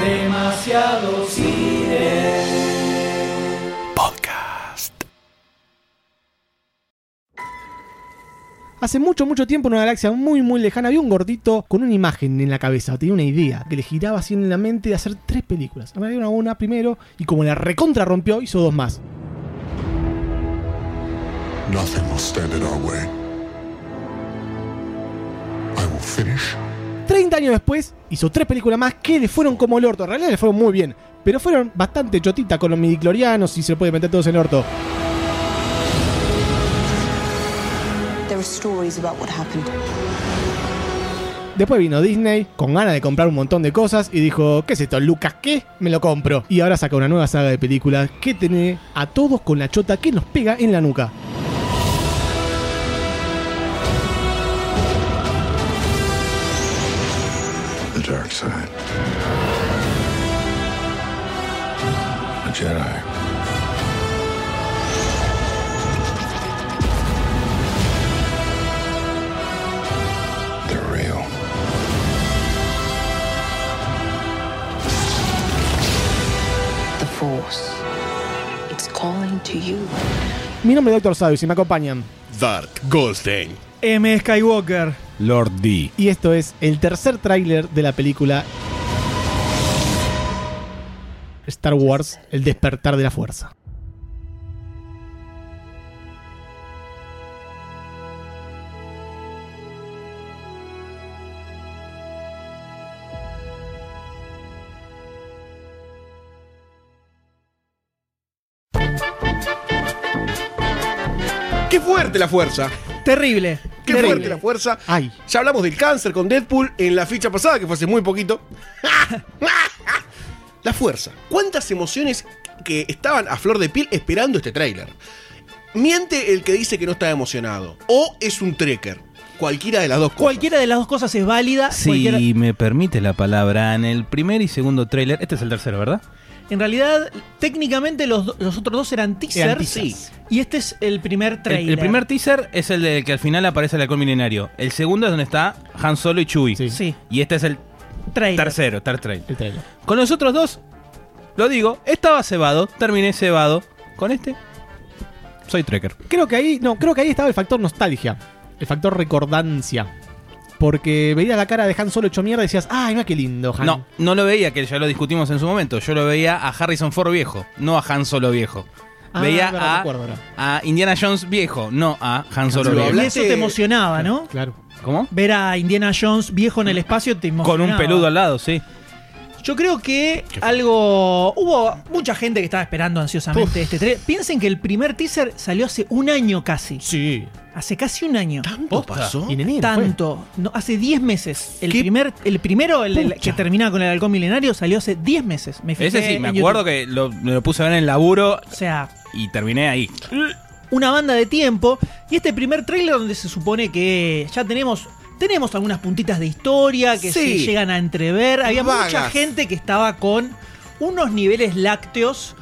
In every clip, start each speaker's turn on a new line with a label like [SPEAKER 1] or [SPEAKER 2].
[SPEAKER 1] demasiado cine.
[SPEAKER 2] Hace mucho, mucho tiempo en una galaxia muy, muy lejana había un gordito con una imagen en la cabeza, tenía una idea que le giraba así en la mente de hacer tres películas. En realidad era una primero y como la recontra rompió, hizo dos más.
[SPEAKER 3] Nothing will stand in our way. I will finish
[SPEAKER 2] 30 años después, hizo tres películas más que le fueron como el orto. En realidad le fueron muy bien, pero fueron bastante chotitas con los midiclorianos y se lo puede meter todos en el orto.
[SPEAKER 4] There are stories about what happened.
[SPEAKER 2] Después vino Disney con ganas de comprar un montón de cosas y dijo, ¿qué es esto? Lucas, ¿qué? Me lo compro. Y ahora saca una nueva saga de películas que tiene a todos con la chota que nos pega en la nuca.
[SPEAKER 3] the dark side. A Jedi. They're real.
[SPEAKER 4] The Force. It's calling to you.
[SPEAKER 2] Mi nombre es Doctor Savio y me acompañan.
[SPEAKER 5] Dark Goldstein.
[SPEAKER 6] M. Skywalker.
[SPEAKER 5] Lord D.
[SPEAKER 2] Y esto es el tercer tráiler de la película Star Wars, El despertar de la fuerza.
[SPEAKER 5] ¡Qué fuerte la fuerza!
[SPEAKER 6] Terrible.
[SPEAKER 5] ¡Qué
[SPEAKER 6] Terrible.
[SPEAKER 5] fuerte la fuerza!
[SPEAKER 2] Ay.
[SPEAKER 5] Ya hablamos del cáncer con Deadpool en la ficha pasada, que fue hace muy poquito. la fuerza. ¿Cuántas emociones que estaban a flor de piel esperando este tráiler? Miente el que dice que no está emocionado. O es un trekker. Cualquiera de las dos cosas.
[SPEAKER 6] Cualquiera de las dos cosas es válida.
[SPEAKER 7] Si
[SPEAKER 6] cualquiera-
[SPEAKER 7] me permite la palabra, en el primer y segundo tráiler, este es el tercero, ¿verdad?
[SPEAKER 6] En realidad, técnicamente los, do- los otros dos eran teasers.
[SPEAKER 2] Eran teasers.
[SPEAKER 6] Sí. Y este es el primer
[SPEAKER 7] El-
[SPEAKER 6] trailer.
[SPEAKER 7] El, primer teaser es el del que al final aparece el alcohol milenario. El segundo es donde está Han Solo y Chewie.
[SPEAKER 2] Sí.
[SPEAKER 6] Sí,
[SPEAKER 7] Y este es el
[SPEAKER 6] trailer.
[SPEAKER 7] tercero, ter trailer.
[SPEAKER 2] El tráiler.
[SPEAKER 7] Con los otros dos, lo digo, estaba cebado, terminé cebado. Con este, soy trekker.
[SPEAKER 2] Creo que ahí, no, creo que ahí estaba el factor nostalgia, el factor recordancia. Porque veías la cara de Han Solo hecho mierda y decías, ay, mira qué lindo, Han.
[SPEAKER 7] No, no lo veía, que ya lo discutimos en su momento. Yo lo veía a Harrison Ford viejo, no a Han Solo viejo.
[SPEAKER 2] Ah,
[SPEAKER 7] veía
[SPEAKER 2] verdad, me
[SPEAKER 7] a,
[SPEAKER 2] acuerdo ahora.
[SPEAKER 7] a Indiana Jones viejo, no a Han Solo
[SPEAKER 5] Solo.
[SPEAKER 6] Y
[SPEAKER 7] viejo.
[SPEAKER 6] eso te emocionaba, ¿no?
[SPEAKER 2] Claro.
[SPEAKER 7] ¿Cómo?
[SPEAKER 6] Ver a Indiana Jones viejo en el espacio te
[SPEAKER 7] Con
[SPEAKER 6] emocionaba.
[SPEAKER 7] un peludo al lado, sí.
[SPEAKER 6] Yo creo que algo. Hubo mucha gente que estaba esperando ansiosamente este trailer. Piensen que el primer teaser salió hace un año casi.
[SPEAKER 2] Sí.
[SPEAKER 6] Hace casi un año.
[SPEAKER 5] ¿Tanto pasó?
[SPEAKER 2] Y pues? en enero fue.
[SPEAKER 6] Tanto. No, hace 10 meses. El,
[SPEAKER 5] ¿Qué?
[SPEAKER 6] primer, el primero, el, el
[SPEAKER 2] Pucha.
[SPEAKER 6] que terminaba con el halcón milenario, salió hace 10 meses. Me fijé
[SPEAKER 7] Ese sí, me
[SPEAKER 6] en
[SPEAKER 7] acuerdo
[SPEAKER 6] YouTube.
[SPEAKER 7] que lo, me lo puse a ver en el laburo
[SPEAKER 6] O sea,
[SPEAKER 7] y terminé ahí.
[SPEAKER 6] una banda de tiempo. Y este primer tráiler donde se supone que ya tenemos... Tenemos algunas puntitas de historia que
[SPEAKER 5] Sí.
[SPEAKER 6] se llegan a entrever. Había mucha
[SPEAKER 5] Vagas.
[SPEAKER 6] gente que estaba con unos niveles lácteos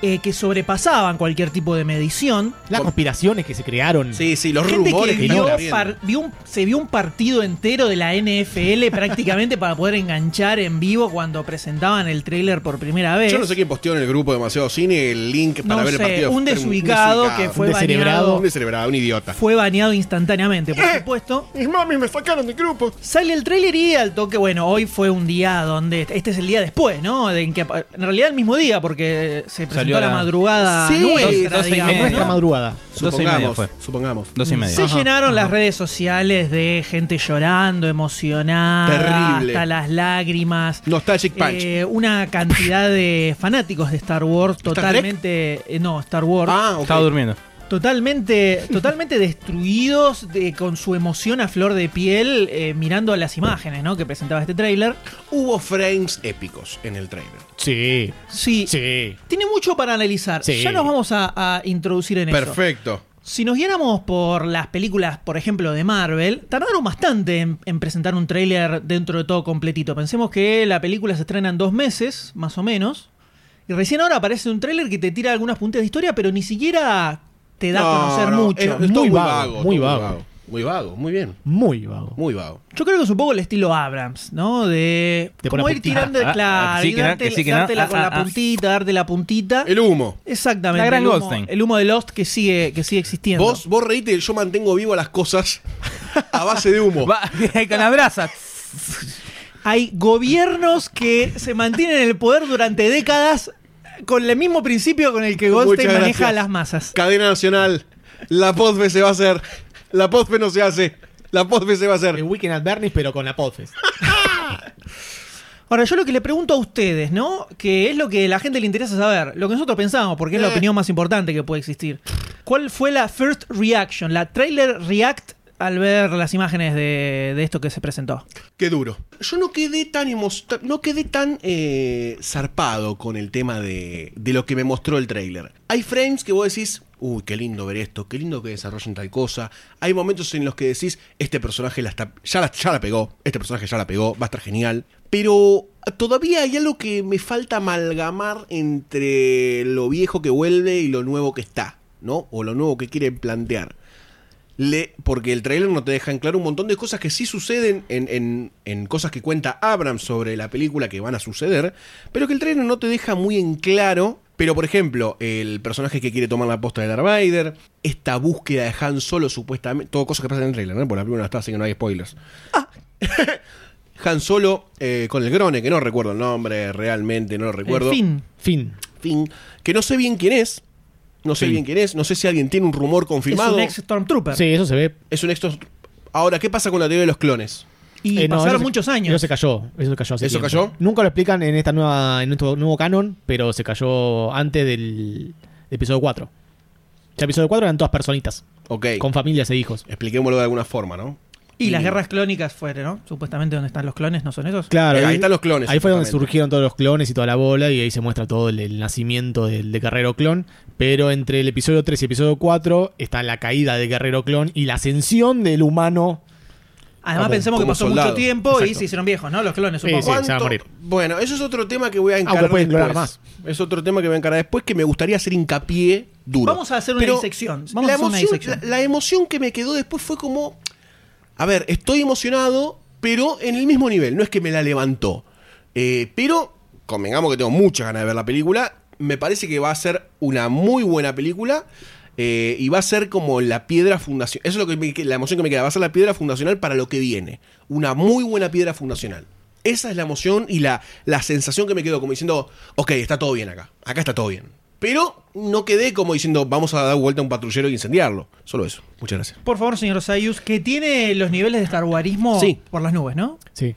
[SPEAKER 6] eh, que sobrepasaban cualquier tipo de medición.
[SPEAKER 2] Las conspiraciones que se crearon.
[SPEAKER 5] Sí, sí, los
[SPEAKER 6] Gente
[SPEAKER 5] rumores
[SPEAKER 6] que
[SPEAKER 5] que
[SPEAKER 6] vio
[SPEAKER 5] estaban abriendo.
[SPEAKER 6] par- vio un- se vio un partido entero de la NFL prácticamente para poder enganchar en vivo cuando presentaban el tráiler por primera vez.
[SPEAKER 5] Yo no sé quién posteó en el grupo Demasiado Cine el link para
[SPEAKER 6] No
[SPEAKER 5] ver
[SPEAKER 6] sé,
[SPEAKER 5] el partido.
[SPEAKER 6] un
[SPEAKER 5] Era
[SPEAKER 6] desubicado, que
[SPEAKER 5] desubicado.
[SPEAKER 6] fue
[SPEAKER 2] Un descerebrado.
[SPEAKER 6] baneado,
[SPEAKER 5] Un descerebrado, un idiota.
[SPEAKER 6] fue baneado instantáneamente, por
[SPEAKER 5] Eh.
[SPEAKER 6] supuesto.
[SPEAKER 5] Mis mami me sacaron del grupo.
[SPEAKER 6] Sale el tráiler y al toque, bueno, hoy fue un día donde este es el día después, ¿no? De en que apa- en realidad el mismo día porque se presentó a la
[SPEAKER 7] la-
[SPEAKER 6] madrugada
[SPEAKER 5] Sí,
[SPEAKER 6] nuestra,
[SPEAKER 7] doce y
[SPEAKER 6] digamos,
[SPEAKER 7] media.
[SPEAKER 5] Eh,
[SPEAKER 2] Nuestra
[SPEAKER 7] No.
[SPEAKER 2] madrugada.
[SPEAKER 7] Doce y media
[SPEAKER 5] Supongamos,
[SPEAKER 7] fue.
[SPEAKER 5] supongamos.
[SPEAKER 7] Dos y media.
[SPEAKER 6] Se
[SPEAKER 2] Ajá,
[SPEAKER 6] llenaron las redes sociales de gente llorando, emocionada,
[SPEAKER 5] Terrible.
[SPEAKER 6] hasta las lágrimas.
[SPEAKER 5] Nostalgic Punch.
[SPEAKER 6] Eh, una cantidad de fanáticos de Star Wars
[SPEAKER 5] Trek?
[SPEAKER 6] totalmente. eh, no, Star Wars.
[SPEAKER 5] ah, ok.
[SPEAKER 7] Estaba durmiendo.
[SPEAKER 6] Totalmente, totalmente destruidos de, con su emoción a flor de piel eh, mirando las imágenes ¿no? que presentaba este tráiler.
[SPEAKER 5] Hubo frames épicos en el trailer.
[SPEAKER 2] Sí.
[SPEAKER 6] Sí,
[SPEAKER 2] Sí.
[SPEAKER 6] Tiene mucho para analizar.
[SPEAKER 2] Sí.
[SPEAKER 6] Ya nos vamos a, a introducir en eso.
[SPEAKER 5] Perfecto.
[SPEAKER 6] Si nos guiáramos por las películas, por ejemplo, de Marvel, tardaron bastante en, en presentar un tráiler dentro de todo completito. Pensemos que la película se estrena en dos meses, más o menos, y recién ahora aparece un tráiler que te tira algunas puntas de historia, pero ni siquiera te da a conocer
[SPEAKER 5] No, no,
[SPEAKER 6] mucho.
[SPEAKER 5] es- es todo
[SPEAKER 2] Muy
[SPEAKER 5] muy
[SPEAKER 2] vago,
[SPEAKER 5] vago.
[SPEAKER 2] muy
[SPEAKER 5] todo
[SPEAKER 2] vago.
[SPEAKER 5] Muy vago, muy bien.
[SPEAKER 2] Muy vago.
[SPEAKER 5] Muy vago.
[SPEAKER 6] Yo creo que es un poco el estilo Abrams, ¿no? De
[SPEAKER 2] Te pone
[SPEAKER 6] como ir
[SPEAKER 2] puntita.
[SPEAKER 6] tirando de
[SPEAKER 7] Ah,
[SPEAKER 6] claro,
[SPEAKER 7] sí
[SPEAKER 6] y
[SPEAKER 7] que no,
[SPEAKER 6] darte-
[SPEAKER 7] que sí que no.
[SPEAKER 6] dártela
[SPEAKER 7] Ah,
[SPEAKER 6] con
[SPEAKER 7] ah,
[SPEAKER 6] la
[SPEAKER 7] ah.
[SPEAKER 6] puntita, darte la puntita.
[SPEAKER 5] El humo.
[SPEAKER 6] Exactamente.
[SPEAKER 7] La gran
[SPEAKER 6] el humo-
[SPEAKER 7] Goldstein.
[SPEAKER 6] El humo de Lost que sigue, que sigue existiendo.
[SPEAKER 5] Vos, vos reíte, yo mantengo vivo las cosas a base de humo.
[SPEAKER 7] Va, con la brasa.
[SPEAKER 6] Hay gobiernos que se mantienen en el poder durante décadas con el mismo principio con el que Goldstein
[SPEAKER 5] Muchas
[SPEAKER 6] maneja
[SPEAKER 5] gracias.
[SPEAKER 6] a las masas.
[SPEAKER 5] Cadena nacional. La posfe se va a hacer. La posfe no se hace. La posfe se va a
[SPEAKER 2] El
[SPEAKER 5] hacer.
[SPEAKER 2] Weekend at Bernie's, pero con la Podfest.
[SPEAKER 6] Ahora, yo lo que le pregunto a ustedes, ¿no? Que es lo que a la gente le interesa saber, lo que nosotros pensamos, porque es la
[SPEAKER 5] Eh.
[SPEAKER 6] opinión más importante que puede existir. ¿Cuál fue la first reaction, la trailer react al ver las imágenes de, de esto que se presentó?
[SPEAKER 5] Qué duro. Yo no quedé tan emo- ta- no quedé tan eh, zarpado con el tema de, eh, de lo que me mostró el tráiler. Hay frames que vos decís, uy, qué lindo ver esto, qué lindo que desarrollen tal cosa. Hay momentos en los que decís, este personaje la está- ya, la, ya la pegó, este personaje ya la pegó, va a estar genial. Pero ah, todavía hay algo que me falta amalgamar entre lo viejo que vuelve y lo nuevo que está, ¿no? O lo nuevo que quieren plantear. Le, porque el trailer no te deja en claro un montón de cosas que sí suceden en, en- en cosas que cuenta Abrams sobre la película que van a suceder, pero que el trailer no te deja muy en claro. Pero, por ejemplo, el personaje que quiere tomar la posta de Darth Vader, esta búsqueda de Han Solo supuestamente, todo cosas que pasan en el trailer, ¿no? Por la película no está, así que no hay spoilers.
[SPEAKER 6] Ah.
[SPEAKER 5] Han Solo eh, con el Grone, que no recuerdo el nombre, realmente no lo recuerdo
[SPEAKER 6] En fin.
[SPEAKER 2] Fin.
[SPEAKER 5] fin, que no sé bien quién es. No sé
[SPEAKER 2] Sí.
[SPEAKER 5] bien quién es. No sé si alguien tiene un rumor confirmado.
[SPEAKER 6] Es un ex Stormtrooper.
[SPEAKER 2] Sí, eso se ve.
[SPEAKER 5] Es un extra- Ahora, ¿qué pasa con la teoría de los clones?
[SPEAKER 6] Y
[SPEAKER 2] Eh, no,
[SPEAKER 6] pasaron
[SPEAKER 2] eso se-
[SPEAKER 6] muchos años.
[SPEAKER 2] Eso se cayó. Eso se cayó hace
[SPEAKER 5] ¿Eso
[SPEAKER 2] tiempo.
[SPEAKER 5] cayó?
[SPEAKER 2] Nunca lo explican en esta nueva, en nuestro nuevo canon, pero se cayó antes del episodio 4. O sea, episodio 4 eran todas personitas,
[SPEAKER 5] Ok.
[SPEAKER 2] con familias e hijos.
[SPEAKER 5] Expliquémoslo de alguna forma, ¿no?
[SPEAKER 6] Y las guerras clónicas fueron, ¿no? Supuestamente donde están los clones, ¿no son esos?
[SPEAKER 2] Claro,
[SPEAKER 5] Eh, ahí están los clones,
[SPEAKER 2] Ahí fue donde
[SPEAKER 5] justamente.
[SPEAKER 2] surgieron todos los clones y toda la bola, y ahí se muestra todo el, el nacimiento del de Guerrero Clon. Pero entre el episodio 3 y episodio 4 está la caída de Guerrero Clon y la ascensión del humano.
[SPEAKER 6] Además
[SPEAKER 2] Como-
[SPEAKER 6] pensemos que
[SPEAKER 5] como
[SPEAKER 6] pasó
[SPEAKER 5] soldado.
[SPEAKER 6] mucho tiempo y
[SPEAKER 2] Exacto.
[SPEAKER 6] se hicieron viejos, ¿no? Los clones,
[SPEAKER 2] Sí,
[SPEAKER 6] supongo.
[SPEAKER 2] sí. se va a morir. Ah,
[SPEAKER 5] Bueno, eso es otro tema que voy a encarar
[SPEAKER 2] pueden
[SPEAKER 5] después.
[SPEAKER 2] clonar más.
[SPEAKER 5] Es otro tema que voy a encarar después que me gustaría hacer hincapié duro.
[SPEAKER 6] Vamos a hacer una disección. Vamos
[SPEAKER 5] la
[SPEAKER 6] a hacer una
[SPEAKER 5] emoción-
[SPEAKER 6] disección.
[SPEAKER 5] La, la emoción que me quedó después fue como... A ver, estoy emocionado, pero en el mismo nivel. No es que me la levantó. Eh, pero, convengamos que tengo muchas ganas de ver la película. Me parece que va a ser una muy buena película. eh, y va a ser como la piedra fundacional. Eso es lo que me que- la emoción que me queda. Va a ser la piedra fundacional para lo que viene. Una muy buena piedra fundacional. Esa es la emoción y la, la sensación que me quedó, como diciendo, ok, está todo bien acá. Acá está todo bien. Pero no quedé como diciendo, vamos a dar vuelta a un patrullero y incendiarlo. Solo eso. Muchas gracias.
[SPEAKER 6] Por favor, señor Sayus, que tiene los niveles de Star Warismo
[SPEAKER 5] Sí.
[SPEAKER 6] por las nubes, ¿no?
[SPEAKER 2] Sí.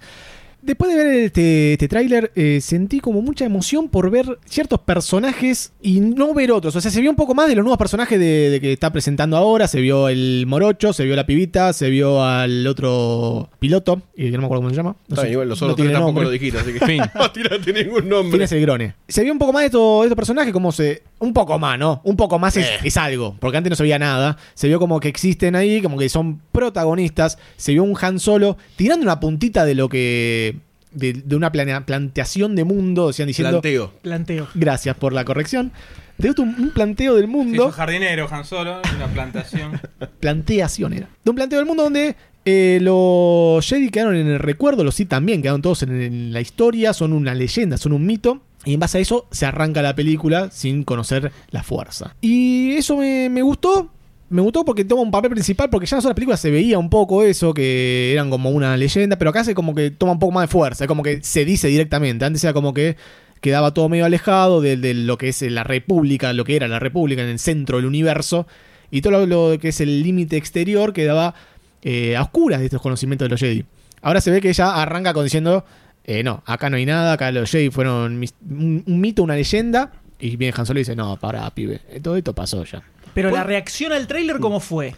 [SPEAKER 2] Después de ver este, este tráiler, eh, sentí como mucha emoción por ver ciertos personajes y no ver otros. O sea, se vio un poco más de los nuevos personajes de, de que está presentando ahora. Se vio el morocho, se vio la pibita, se vio al otro piloto, eh, que no me acuerdo cómo se llama. No
[SPEAKER 5] Está
[SPEAKER 2] sé,
[SPEAKER 5] bien, igual los
[SPEAKER 2] no
[SPEAKER 5] otros
[SPEAKER 2] tiene
[SPEAKER 5] tres tampoco
[SPEAKER 2] nombre.
[SPEAKER 5] lo dijiste, así que
[SPEAKER 7] Fin.
[SPEAKER 5] no tiraste ningún
[SPEAKER 2] Fin
[SPEAKER 5] nombre.
[SPEAKER 2] es el grone. Se vio un poco más de, esto- de estos personajes, como se. Un poco más, ¿no? Un poco más es, es algo, porque antes no se veía nada. Se vio como que existen ahí, como que son protagonistas. Se vio un Han solo tirando una puntita de lo que. de, de una planea- planteación de mundo, decían diciendo.
[SPEAKER 5] Planteo.
[SPEAKER 6] Planteo.
[SPEAKER 2] Gracias por la corrección. De un, un planteo del mundo.
[SPEAKER 7] jardinero, Han Solo, una plantación.
[SPEAKER 2] planteación era. De un planteo del mundo donde eh, los Jedi quedaron en el recuerdo, los Sith también quedaron todos en, en la historia, son una leyenda, son un mito. Y en base a eso se arranca la película sin conocer la fuerza. Y eso me, me gustó. Me gustó porque toma un papel principal, porque ya en las otras películas se veía un poco eso, que eran como una leyenda, pero acá se como que toma un poco más de fuerza, es como que se dice directamente. Antes era como que quedaba todo medio alejado de, de lo que es la República, lo que era la República en el centro del universo, y todo lo, lo que es el límite exterior quedaba eh, a oscuras de estos conocimientos de los Jedi. Ahora se ve que ella arranca con diciendo, eh, no, acá no hay nada, acá los Jedi fueron mis- un, un mito, una leyenda, y viene Han Solo y dice, no, pará, pibe, eh, todo esto pasó ya.
[SPEAKER 6] Pero la reacción al tráiler, ¿cómo fue?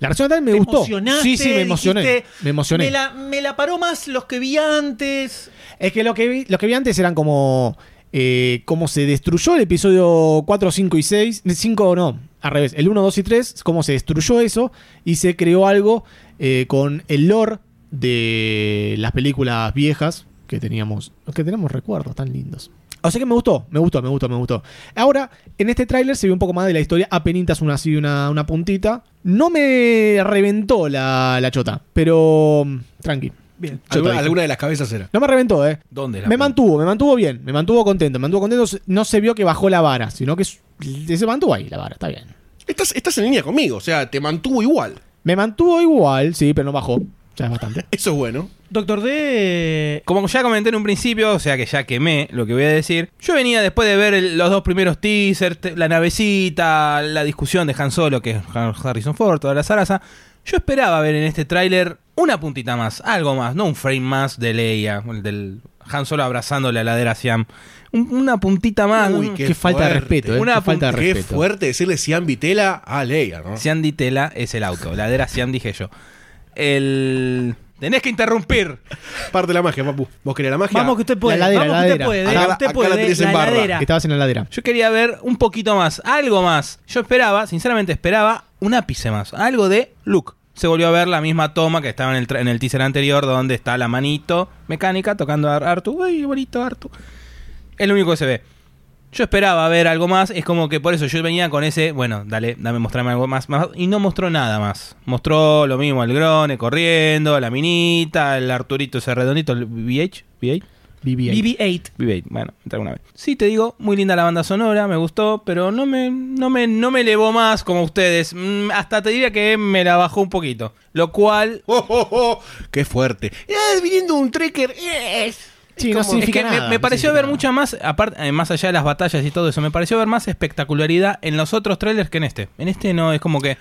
[SPEAKER 2] La reacción tal me
[SPEAKER 6] ¿Te
[SPEAKER 2] gustó.
[SPEAKER 6] emocionaste?
[SPEAKER 2] Sí, sí, me emocioné.
[SPEAKER 6] Dijiste,
[SPEAKER 2] me emocioné.
[SPEAKER 6] Me la, me la paró más los que vi antes.
[SPEAKER 2] Es que lo que vi, lo que vi antes eran como. eh, cómo se destruyó el episodio 4, 5 y 6. 5 no, al revés. El 1, 2 y 3. Cómo se destruyó eso. Y se creó algo eh, con el lore de las películas viejas que teníamos. Que tenemos recuerdos tan lindos. O sea que me gustó, me gustó, me gustó, me gustó. Ahora, en este tráiler se vio un poco más de la historia, apenitas una así, una, una puntita. No me reventó la, la chota, pero mm, tranqui.
[SPEAKER 6] Bien.
[SPEAKER 2] Yo te
[SPEAKER 5] Alguna,
[SPEAKER 2] dije.
[SPEAKER 5] alguna de las cabezas era.
[SPEAKER 2] No me reventó, ¿eh?
[SPEAKER 7] ¿Dónde la
[SPEAKER 2] Me
[SPEAKER 7] pon-
[SPEAKER 2] mantuvo, me mantuvo bien, me mantuvo contento, me mantuvo contento. No se vio que bajó la vara, sino que s- se mantuvo ahí la vara, está bien.
[SPEAKER 5] Estás, estás en línea conmigo, o sea, te mantuvo igual.
[SPEAKER 2] Me mantuvo igual, sí, pero no bajó. Ya es bastante.
[SPEAKER 5] Eso es bueno.
[SPEAKER 6] Doctor D.
[SPEAKER 7] Como ya comenté en un principio, o sea que ya quemé lo que voy a decir. Yo venía después de ver el- los dos primeros teasers, te- la navecita, la discusión de Han Solo, que es Har- Harrison Ford, toda la zaraza. Yo esperaba ver en este tráiler una puntita más, algo más, no un frame más de Leia, el del Han Solo abrazando la ladera a Siam. Un- una puntita más.
[SPEAKER 5] Uy,
[SPEAKER 7] un-
[SPEAKER 5] qué
[SPEAKER 2] Qué, falta de
[SPEAKER 5] fuerte.
[SPEAKER 2] respeto, ¿eh?
[SPEAKER 7] Una
[SPEAKER 2] Qué falta de
[SPEAKER 5] Qué
[SPEAKER 2] respeto.
[SPEAKER 5] fuerte decirle Cian Vitela a Leia, ¿no?
[SPEAKER 7] Siam Ditela es el auto, ladera Siam dije yo. El... Tenés que interrumpir.
[SPEAKER 5] Parte de la magia, papu. ¿Vos querés la magia?
[SPEAKER 6] Vamos que usted puede.
[SPEAKER 2] La ladera,
[SPEAKER 6] vamos
[SPEAKER 2] la
[SPEAKER 6] que usted
[SPEAKER 2] ladera.
[SPEAKER 6] puede.
[SPEAKER 5] Acá la-
[SPEAKER 6] usted
[SPEAKER 5] acá la
[SPEAKER 6] puede.
[SPEAKER 5] tenés en
[SPEAKER 6] la
[SPEAKER 5] barra.
[SPEAKER 6] ladera.
[SPEAKER 2] Estabas en la ladera.
[SPEAKER 7] Yo quería ver un poquito más, algo más. Yo esperaba, sinceramente esperaba un ápice más, algo de Luke. Se volvió a ver la misma toma que estaba en el, tra- en el teaser anterior, donde está la manito mecánica tocando a Ar- Artu. ¡Uy, bonito Artu! Es lo único que se ve. Yo esperaba ver algo más, es como que por eso yo venía con ese, bueno, dale, dame, mostrame algo más, más, y no mostró nada más. Mostró lo mismo, el Grone corriendo, la minita, el Arturito ese redondito, el VH, VH,
[SPEAKER 2] BB-8.
[SPEAKER 6] BB-8.
[SPEAKER 7] BB-8, bueno, entra una vez. Sí, te digo, muy linda la banda sonora, me gustó, pero no me, no me, no me elevó más como ustedes. Mm, hasta te diría que me la bajó un poquito. Lo cual.
[SPEAKER 5] ¡Oh, oh, oh! ¡Qué fuerte! ¡Eh, viniendo un trekker! ¡Eh!
[SPEAKER 2] Sí, no
[SPEAKER 7] como- es
[SPEAKER 2] significa
[SPEAKER 7] que me-
[SPEAKER 2] nada,
[SPEAKER 7] me,
[SPEAKER 2] no
[SPEAKER 7] pareció
[SPEAKER 2] significa
[SPEAKER 7] ver
[SPEAKER 2] nada.
[SPEAKER 7] mucha más, aparte, eh, más allá de las batallas y todo eso, me pareció ver más espectacularidad en los otros trailers que en este. En este no, es como que.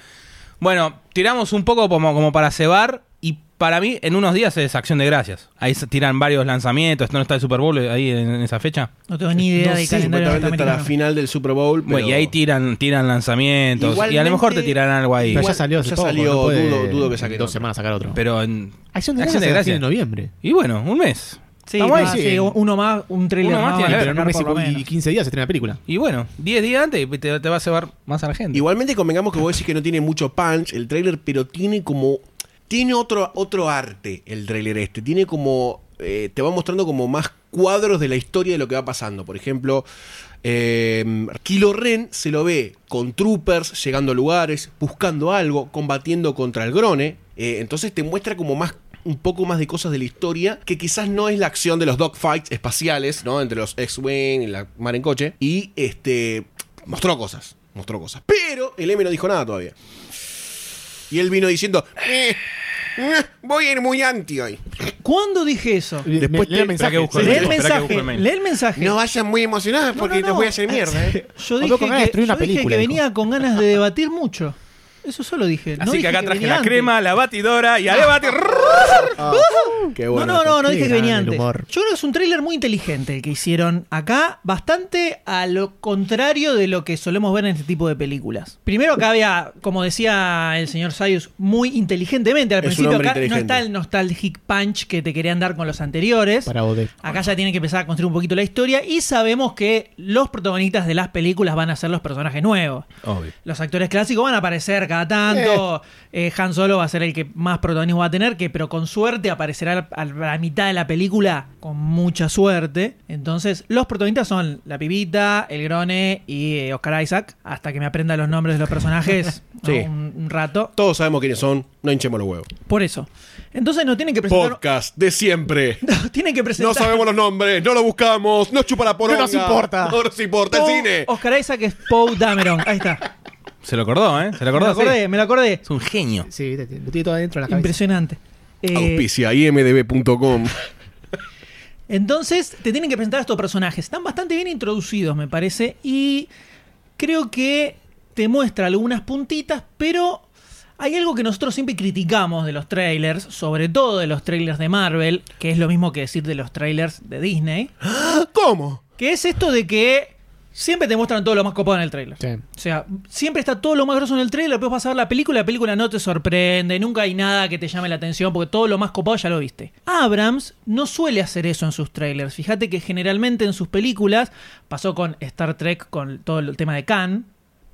[SPEAKER 7] Bueno, tiramos un poco como, como para cebar y para mí en unos días es acción de gracias. Ahí se tiran varios lanzamientos, no está el Super Bowl eh, ahí en- en esa fecha.
[SPEAKER 6] No tengo ni idea
[SPEAKER 5] No
[SPEAKER 6] de
[SPEAKER 5] sé,
[SPEAKER 6] calendario
[SPEAKER 5] supuestamente está la
[SPEAKER 6] norteamericano.
[SPEAKER 5] final del Super Bowl. Pero...
[SPEAKER 7] Bueno, y ahí tiran, tiran lanzamientos. Y a lo mejor te
[SPEAKER 5] Igualmente-
[SPEAKER 7] tiran algo ahí.
[SPEAKER 2] Pero ya
[SPEAKER 5] Igual,
[SPEAKER 2] salió hace
[SPEAKER 5] ya
[SPEAKER 2] poco,
[SPEAKER 5] salió,
[SPEAKER 2] no puede
[SPEAKER 5] dudo- dudo que saquen
[SPEAKER 2] dos
[SPEAKER 5] otro.
[SPEAKER 2] semanas sacar otro.
[SPEAKER 7] Pero en-
[SPEAKER 2] Acción de Gracias
[SPEAKER 7] Acción de
[SPEAKER 2] se
[SPEAKER 7] Gracias.
[SPEAKER 2] tiene en noviembre.
[SPEAKER 7] Y bueno, un mes.
[SPEAKER 6] Sí,
[SPEAKER 7] Estamos ahí,
[SPEAKER 6] no,
[SPEAKER 7] sí.
[SPEAKER 6] sí, uno más, un trailer
[SPEAKER 7] Uno más
[SPEAKER 6] más.
[SPEAKER 7] tiene
[SPEAKER 6] van a
[SPEAKER 7] que
[SPEAKER 2] Pero
[SPEAKER 7] ver,
[SPEAKER 2] en
[SPEAKER 6] tener
[SPEAKER 2] un mes
[SPEAKER 6] por lo
[SPEAKER 2] y-
[SPEAKER 6] menos.
[SPEAKER 2] y 15 días se estrena la película.
[SPEAKER 7] Y bueno, 10 días antes te, te va a cebar más a la gente.
[SPEAKER 5] Igualmente convengamos que vos decís que no tiene mucho punch el tráiler, pero tiene como... Tiene otro, otro arte el tráiler este. Tiene como... eh, te va mostrando como más cuadros de la historia de lo que va pasando. Por ejemplo, eh, Kylo Ren se lo ve con troopers llegando a lugares, buscando algo, combatiendo contra el Grone. Eh, entonces te muestra como más un poco más de cosas de la historia, que quizás no es la acción de los dogfights espaciales, ¿no? Entre los X-Wing y la mar en coche. Y este. Mostró cosas. Mostró cosas. Pero el M no dijo nada todavía. Y él vino diciendo. "Eh, eh, voy a ir muy anti hoy.
[SPEAKER 6] ¿Cuándo dije eso?
[SPEAKER 2] Después
[SPEAKER 5] te-
[SPEAKER 2] el mensaje.
[SPEAKER 7] que busco.
[SPEAKER 2] Sí,
[SPEAKER 6] Lee
[SPEAKER 2] sí.
[SPEAKER 6] el
[SPEAKER 7] Espera que
[SPEAKER 6] mensaje.
[SPEAKER 7] busque el mail.
[SPEAKER 6] Lee el mensaje.
[SPEAKER 5] No vayan muy emocionados
[SPEAKER 6] No,
[SPEAKER 5] porque
[SPEAKER 6] no,
[SPEAKER 5] les
[SPEAKER 6] no.
[SPEAKER 5] voy a hacer mierda, ¿eh.
[SPEAKER 6] Yo
[SPEAKER 2] Volvió
[SPEAKER 6] dije
[SPEAKER 2] con
[SPEAKER 6] que,
[SPEAKER 2] ganas de destruir
[SPEAKER 6] yo
[SPEAKER 2] una
[SPEAKER 6] dije
[SPEAKER 2] película,
[SPEAKER 6] que
[SPEAKER 2] dijo.
[SPEAKER 6] venía con ganas de debatir mucho. Eso solo dije. No
[SPEAKER 7] Así
[SPEAKER 6] dije
[SPEAKER 7] que acá traje
[SPEAKER 6] venía
[SPEAKER 7] la
[SPEAKER 6] antes.
[SPEAKER 7] crema, la batidora y a debatir.
[SPEAKER 5] Qué
[SPEAKER 6] No, no, no, no
[SPEAKER 2] qué
[SPEAKER 6] dije que
[SPEAKER 2] grande
[SPEAKER 6] venía
[SPEAKER 2] el
[SPEAKER 6] antes.
[SPEAKER 2] humor.
[SPEAKER 6] Yo creo que es un tráiler muy inteligente el que hicieron acá, bastante a lo contrario de lo que solemos ver en este tipo de películas. Primero acá había, como decía el señor Sayus, muy inteligentemente al
[SPEAKER 5] Es un
[SPEAKER 6] principio
[SPEAKER 5] hombre
[SPEAKER 6] acá no
[SPEAKER 5] inteligente.
[SPEAKER 6] está el nostalgic punch que te querían dar con los anteriores.
[SPEAKER 2] Para Odette.
[SPEAKER 6] Acá ya tienen que empezar a construir un poquito la historia y sabemos que los protagonistas de las películas van a ser los personajes nuevos.
[SPEAKER 7] Obvio.
[SPEAKER 6] Los actores clásicos van a aparecer cada tanto. Eh, Han Solo va a ser el que más protagonismo va a tener, que pero con suerte aparecerá al- al- a la mitad de la película, con mucha suerte. Entonces, los protagonistas son la pibita, el grone y eh, Oscar Isaac. Hasta que me aprenda los nombres de los personajes ¿no?
[SPEAKER 5] Sí.
[SPEAKER 6] un, un rato.
[SPEAKER 5] Todos sabemos quiénes son, no hinchemos los huevos.
[SPEAKER 6] Por eso. Entonces nos tienen que presentar.
[SPEAKER 5] Podcast de siempre.
[SPEAKER 6] Nos tienen que presentar.
[SPEAKER 5] No sabemos los nombres, no lo buscamos, no chupa la poronga.
[SPEAKER 2] No nos importa.
[SPEAKER 5] No nos importa el
[SPEAKER 6] Poe-
[SPEAKER 5] cine.
[SPEAKER 6] Oscar Isaac es Poe Dameron. Ahí está.
[SPEAKER 7] Se lo acordó, ¿eh? Se lo acordó.
[SPEAKER 6] me lo acordé,
[SPEAKER 7] sí.
[SPEAKER 6] me lo acordé.
[SPEAKER 7] Es un genio.
[SPEAKER 2] Sí, viste, lo tiene todo adentro en la cabeza.
[SPEAKER 6] Impresionante. Eh,
[SPEAKER 5] Auspicia imdb.com.
[SPEAKER 6] Entonces, te tienen que presentar a estos personajes. Están bastante bien introducidos, me parece. Y creo que te muestra algunas puntitas, pero hay algo que nosotros siempre criticamos de los trailers, sobre todo de los trailers de Marvel, que es lo mismo que decir de los trailers de Disney,
[SPEAKER 5] ¿Cómo?
[SPEAKER 6] que es esto de que siempre te muestran todo lo más copado en el trailer.
[SPEAKER 2] Sí.
[SPEAKER 6] O sea, siempre está todo lo más grosso en el trailer, después vas a ver la película, la película no te sorprende, nunca hay nada que te llame la atención, porque todo lo más copado ya lo viste. Abrams no suele hacer eso en sus trailers. Fíjate que generalmente en sus películas pasó con Star Trek, con todo el tema de Khan,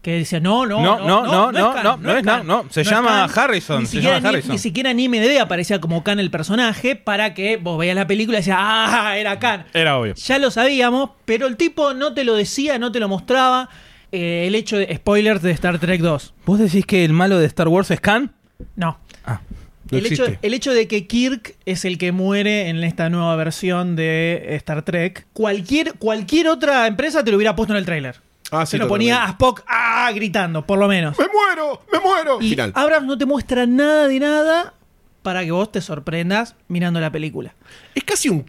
[SPEAKER 6] Que dice, no, no,
[SPEAKER 7] No, no, no, no,
[SPEAKER 6] Khan,
[SPEAKER 7] no, no es
[SPEAKER 6] Khan,
[SPEAKER 7] no, no, se llama
[SPEAKER 6] Khan.
[SPEAKER 7] Harrison,
[SPEAKER 6] Ni
[SPEAKER 7] se
[SPEAKER 6] siquiera
[SPEAKER 7] llama
[SPEAKER 6] ni-
[SPEAKER 7] Harrison.
[SPEAKER 6] Ni siquiera en IMDb aparecía como Khan el personaje para que vos veas la película y decías, ah, era Khan.
[SPEAKER 7] Era obvio.
[SPEAKER 6] Ya lo sabíamos, pero el tipo no te lo decía, no te lo mostraba. Eh, el hecho de spoilers de Star Trek 2.
[SPEAKER 7] ¿Vos decís que el malo de Star Wars es Khan?
[SPEAKER 6] No.
[SPEAKER 7] Ah, no
[SPEAKER 6] El hecho,
[SPEAKER 7] existe.
[SPEAKER 6] el hecho de que Kirk es el que muere en esta nueva versión de Star Trek, cualquier, cualquier otra empresa te lo hubiera puesto en el tráiler.
[SPEAKER 5] Ah,
[SPEAKER 6] Se lo ponía a Spock ¡ah! gritando, por lo menos.
[SPEAKER 5] ¡Me muero! ¡Me muero!
[SPEAKER 6] Y
[SPEAKER 5] Final.
[SPEAKER 6] Abrams no te muestra nada de nada para que vos te sorprendas mirando la película.
[SPEAKER 5] Es casi un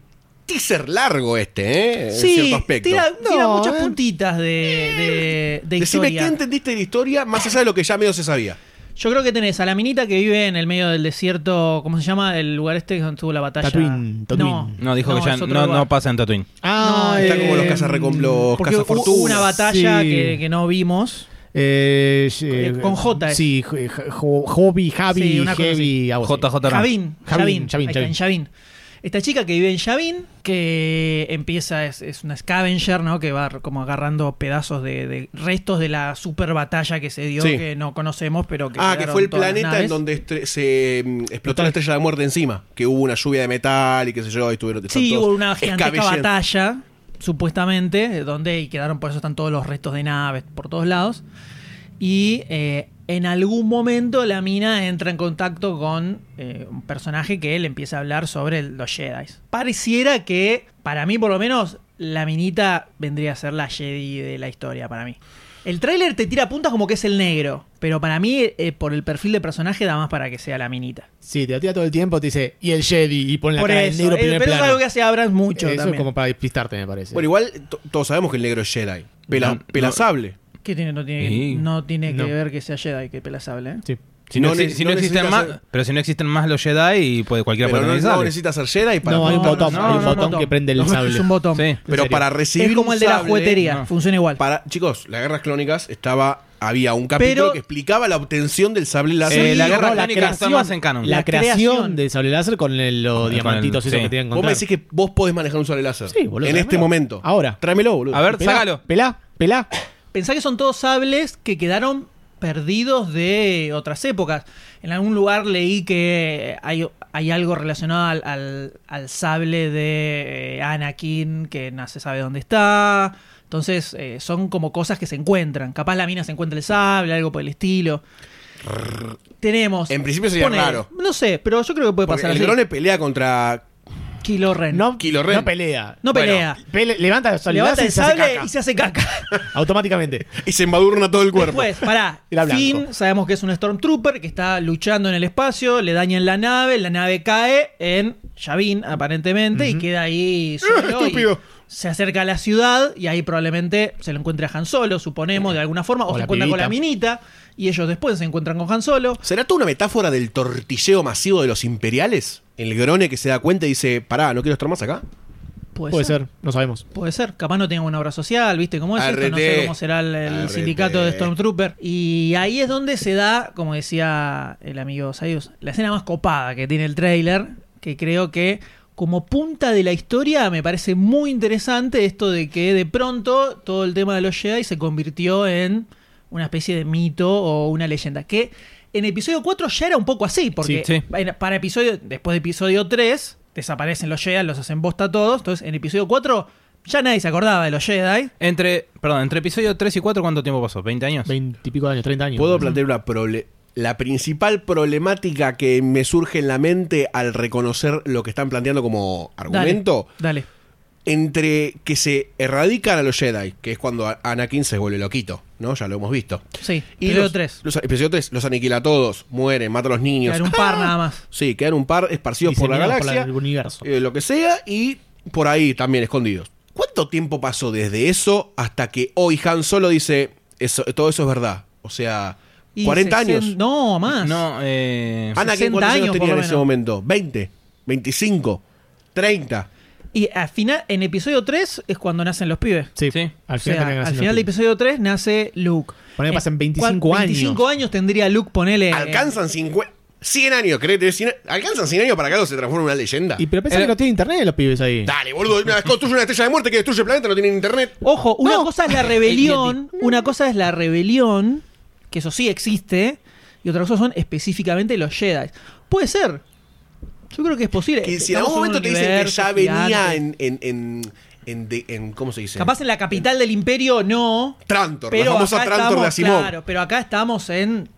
[SPEAKER 5] teaser largo este, ¿eh? En
[SPEAKER 6] Sí,
[SPEAKER 5] cierto aspecto.
[SPEAKER 6] tira, tira
[SPEAKER 2] No,
[SPEAKER 6] muchas
[SPEAKER 2] eh.
[SPEAKER 6] puntitas de, de, de
[SPEAKER 5] Decime
[SPEAKER 6] historia.
[SPEAKER 5] qué entendiste de la historia más allá de lo que ya medio se sabía.
[SPEAKER 6] Yo creo que tenés a la minita que vive en el medio del desierto, ¿cómo se llama? El lugar este donde tuvo la batalla.
[SPEAKER 2] Tatooine, Tatooine.
[SPEAKER 6] No,
[SPEAKER 7] No, dijo que ya
[SPEAKER 6] es otro
[SPEAKER 7] no,
[SPEAKER 6] lugar. em,
[SPEAKER 7] no pasa en Tatooine.
[SPEAKER 2] Ah,
[SPEAKER 5] Está como los cazarrecom- los
[SPEAKER 6] Porque hubo
[SPEAKER 5] cazafortunas.
[SPEAKER 6] una batalla
[SPEAKER 2] Sí.
[SPEAKER 6] que, que no vimos.
[SPEAKER 2] eh, eh,
[SPEAKER 6] Con J es.
[SPEAKER 2] Sí, jo- jo- Hobby, Javi,
[SPEAKER 6] Sí, una cosa
[SPEAKER 2] Heavy, algo así.
[SPEAKER 7] JJ Ram.
[SPEAKER 6] Javín,
[SPEAKER 2] Javín,
[SPEAKER 6] Javín,
[SPEAKER 2] Javín,
[SPEAKER 6] ahí está, en Javín. Esta chica que vive en Javín, que empieza, es, es una scavenger, ¿no? Que va como agarrando pedazos de, de restos de la super batalla que se dio,
[SPEAKER 5] Sí.
[SPEAKER 6] que no conocemos, pero que.
[SPEAKER 5] Ah, que
[SPEAKER 6] quedaron
[SPEAKER 5] fue el
[SPEAKER 6] todas las
[SPEAKER 5] planeta en
[SPEAKER 6] naves.
[SPEAKER 5] donde estre- se mm, explotó la estrella de la muerte encima. Que hubo una lluvia de metal y qué sé yo, y estuvieron están
[SPEAKER 6] Sí,
[SPEAKER 5] todos
[SPEAKER 6] hubo una gigantesca
[SPEAKER 5] escabellando.
[SPEAKER 6] batalla, supuestamente, eh, donde y quedaron por eso están todos los restos de naves por todos lados. Y eh, en algún momento la mina entra en contacto con eh, un personaje que él empieza a hablar sobre el- los Jedi. Pareciera que, para mí por lo menos, la minita vendría a ser la Jedi de la historia, para mí. El tráiler te tira puntas como que es el negro, pero para mí, eh, por el perfil de personaje, da más para que sea la minita.
[SPEAKER 2] Sí, te lo tira todo el tiempo, te dice, y el Jedi, y pone la
[SPEAKER 6] Por
[SPEAKER 2] cara en
[SPEAKER 6] eso,
[SPEAKER 2] negro
[SPEAKER 6] eh,
[SPEAKER 2] primer
[SPEAKER 6] pero es
[SPEAKER 2] plano.
[SPEAKER 6] algo que hace Abrams mucho
[SPEAKER 2] Eso
[SPEAKER 6] también.
[SPEAKER 2] es como para despistarte, me parece.
[SPEAKER 5] Bueno, igual to- todos sabemos que el negro es Jedi. Pela,
[SPEAKER 7] No, no.
[SPEAKER 5] pelasable.
[SPEAKER 6] ¿Qué tiene? No tiene,
[SPEAKER 7] Sí.
[SPEAKER 6] no tiene
[SPEAKER 2] No.
[SPEAKER 6] que ver que sea Jedi, que pela sable. ¿eh?
[SPEAKER 2] sí.
[SPEAKER 7] Si no,
[SPEAKER 5] No
[SPEAKER 7] exi-
[SPEAKER 5] ne-
[SPEAKER 7] si
[SPEAKER 5] no
[SPEAKER 7] no existen
[SPEAKER 5] necesitas
[SPEAKER 7] más,
[SPEAKER 5] ser-
[SPEAKER 7] pero si no existen más los Jedi y puede cualquiera
[SPEAKER 5] Pero
[SPEAKER 7] puede
[SPEAKER 5] no,
[SPEAKER 7] tener
[SPEAKER 5] no
[SPEAKER 7] sable.
[SPEAKER 5] necesitas ser Jedi para.
[SPEAKER 2] No, hay un
[SPEAKER 6] No,
[SPEAKER 2] botón,
[SPEAKER 6] no,
[SPEAKER 2] hay un
[SPEAKER 6] no,
[SPEAKER 2] botón
[SPEAKER 6] no.
[SPEAKER 2] que prende el sable.
[SPEAKER 6] Es un botón.
[SPEAKER 7] Sí.
[SPEAKER 5] pero
[SPEAKER 2] serio.
[SPEAKER 5] para recibir.
[SPEAKER 6] es como
[SPEAKER 5] un
[SPEAKER 6] el de la
[SPEAKER 5] sable-
[SPEAKER 6] juguetería,
[SPEAKER 7] no.
[SPEAKER 6] funciona igual.
[SPEAKER 5] Para, chicos, las guerras clónicas estaba. Había un capítulo
[SPEAKER 6] Pero-
[SPEAKER 5] que explicaba la obtención del sable
[SPEAKER 7] Eh,
[SPEAKER 5] láser.
[SPEAKER 7] la guerra
[SPEAKER 2] no, la
[SPEAKER 7] clónica está
[SPEAKER 2] creación-
[SPEAKER 7] más en canon.
[SPEAKER 2] La,
[SPEAKER 6] La
[SPEAKER 2] creación,
[SPEAKER 6] creación.
[SPEAKER 2] de sable láser con el- los
[SPEAKER 7] Con el-
[SPEAKER 2] diamantitos esos
[SPEAKER 7] sí.
[SPEAKER 2] que tienen
[SPEAKER 5] Vos me decís que vos podés manejar un sable láser.
[SPEAKER 2] Sí, boludo,
[SPEAKER 5] En este
[SPEAKER 2] tráemelo.
[SPEAKER 5] momento.
[SPEAKER 2] Ahora.
[SPEAKER 5] Tráemelo, boludo.
[SPEAKER 7] A ver, sácalo.
[SPEAKER 2] Pelá, pelá.
[SPEAKER 6] Pensá que son todos sables que quedaron perdidos de otras épocas. En algún lugar leí que hay, hay algo relacionado al, al- al sable de eh, Anakin que no se sabe dónde está. Entonces eh, son como cosas que se encuentran. Capaz la mina se encuentra el sable, algo por el estilo. Tenemos.
[SPEAKER 5] En principio sería
[SPEAKER 6] ponele,
[SPEAKER 5] raro.
[SPEAKER 6] No sé, pero yo creo que puede
[SPEAKER 5] Porque
[SPEAKER 6] pasar.
[SPEAKER 5] el
[SPEAKER 6] así.
[SPEAKER 5] grone pelea contra.
[SPEAKER 6] Kylo Ren.
[SPEAKER 2] No,
[SPEAKER 5] Kilo Ren.
[SPEAKER 2] no pelea.
[SPEAKER 6] No
[SPEAKER 5] Bueno,
[SPEAKER 6] pelea.
[SPEAKER 2] Pele- levanta el sable
[SPEAKER 6] Levanta
[SPEAKER 2] láser y
[SPEAKER 6] el
[SPEAKER 2] se hace
[SPEAKER 6] sable
[SPEAKER 2] caca.
[SPEAKER 6] y se hace caca.
[SPEAKER 2] Automáticamente.
[SPEAKER 5] Y se embadurna todo el cuerpo.
[SPEAKER 6] Después, pará.
[SPEAKER 2] Era blanco.
[SPEAKER 6] Finn, sabemos que es un Stormtrooper que está luchando en el espacio, le dañan la nave, la nave cae en Yavin, aparentemente, y queda ahí solo. y
[SPEAKER 5] estúpido.
[SPEAKER 6] se acerca a la ciudad y ahí probablemente se lo encuentra a Han Solo, suponemos, de alguna forma, o,
[SPEAKER 2] O
[SPEAKER 6] se
[SPEAKER 2] la
[SPEAKER 6] encuentra con la
[SPEAKER 2] pibita.
[SPEAKER 6] minita, y ellos después se encuentran con Han Solo.
[SPEAKER 5] ¿Será toda una metáfora del tortilleo masivo de los imperiales? El grone que se da cuenta y dice, pará, no quiero estar más acá.
[SPEAKER 6] Puede,
[SPEAKER 2] Puede
[SPEAKER 6] ser.
[SPEAKER 2] ser, no sabemos.
[SPEAKER 6] Puede ser, capaz no tenga una obra social, ¿viste cómo es esto? No
[SPEAKER 5] Arreté.
[SPEAKER 6] sé cómo será el, el
[SPEAKER 5] Arreté.
[SPEAKER 6] sindicato de Stormtrooper. Y ahí es donde se da, como decía el amigo Sayus, la escena más copada que tiene el tráiler, que creo que como punta de la historia me parece muy interesante esto de que de pronto todo el tema de los Jedi se convirtió en una especie de mito o una leyenda. Que en episodio 4 ya era un poco así, porque
[SPEAKER 7] Sí, sí.
[SPEAKER 6] en- para episodio, después de episodio 3, desaparecen los Jedi, los hacen bosta a todos. Entonces, en episodio 4 ya nadie se acordaba de los Jedi.
[SPEAKER 7] Entre, perdón, entre episodio 3 y 4, ¿cuánto tiempo pasó? ¿20 años?
[SPEAKER 2] Veintipico de años, treinta años.
[SPEAKER 5] Puedo plantear una prole- La principal problemática que me surge en la mente al reconocer lo que están planteando como argumento,
[SPEAKER 6] Dale.
[SPEAKER 5] entre que se erradican a los Jedi, que es cuando a- Anakin se vuelve loquito, ¿no? Ya lo hemos visto.
[SPEAKER 6] Sí,
[SPEAKER 5] Y
[SPEAKER 6] episodio
[SPEAKER 5] los-
[SPEAKER 6] 3.
[SPEAKER 5] Los, episodio 3 los aniquila a todos, mueren, mata a los niños. ¡Ah!
[SPEAKER 6] Era un par nada más.
[SPEAKER 5] Sí, quedan un par esparcidos por la
[SPEAKER 2] Diseminados
[SPEAKER 5] galaxia.
[SPEAKER 2] el universo.
[SPEAKER 5] eh, lo que sea, y por ahí también escondidos. ¿Cuánto tiempo pasó desde eso hasta que hoy Han Solo dice, eso, todo eso es verdad? O sea,
[SPEAKER 6] Y
[SPEAKER 5] 40
[SPEAKER 6] sesen-
[SPEAKER 5] años.
[SPEAKER 6] No, más.
[SPEAKER 7] No, eh,
[SPEAKER 5] Ana, ¿qué
[SPEAKER 6] 60
[SPEAKER 5] cuántos años
[SPEAKER 6] años,
[SPEAKER 5] tenía
[SPEAKER 6] por
[SPEAKER 5] en
[SPEAKER 6] lo
[SPEAKER 5] ese
[SPEAKER 6] menos.
[SPEAKER 5] momento? ¿20? ¿25? ¿30?
[SPEAKER 6] Y al final, en episodio 3 es cuando nacen los pibes.
[SPEAKER 2] Sí,
[SPEAKER 7] Sí.
[SPEAKER 2] al
[SPEAKER 6] O sea,
[SPEAKER 2] final terminan
[SPEAKER 6] al
[SPEAKER 2] haciendo
[SPEAKER 6] final
[SPEAKER 2] el
[SPEAKER 6] del
[SPEAKER 2] film.
[SPEAKER 6] episodio 3 nace Luke.
[SPEAKER 2] Ponele que
[SPEAKER 6] Eh,
[SPEAKER 2] pasan 25
[SPEAKER 6] 25 años tendría Luke, ponele. eh,
[SPEAKER 5] ¿Alcanzan 50? 100 años, ¿crees? que 100 a- ¿Alcanzan 100 años para que algo se transforme en una leyenda?
[SPEAKER 2] Y pero pensá
[SPEAKER 7] Era-
[SPEAKER 2] que no tiene internet los pibes ahí.
[SPEAKER 5] Dale, boludo, una vez construye una estrella de muerte que destruye el planeta, no tienen internet.
[SPEAKER 6] Ojo, una
[SPEAKER 2] No.
[SPEAKER 6] cosa es la rebelión, una cosa es la rebelión, que eso sí existe, y otra cosa son específicamente los Jedi. Puede ser. Yo creo que es posible. Eh,
[SPEAKER 5] Que si
[SPEAKER 6] Estamos
[SPEAKER 5] en algún momento
[SPEAKER 6] un
[SPEAKER 5] te dicen que
[SPEAKER 6] universo
[SPEAKER 5] ya venía
[SPEAKER 6] gigante.
[SPEAKER 5] en. en, en, en, de- en- ¿Cómo se dice?
[SPEAKER 6] Capaz en la capital del imperio no.
[SPEAKER 5] Trantor, la
[SPEAKER 6] Pero
[SPEAKER 5] famosa
[SPEAKER 6] acá
[SPEAKER 5] Trantor
[SPEAKER 6] estamos,
[SPEAKER 5] de Asimov.
[SPEAKER 6] claro, pero acá estamos en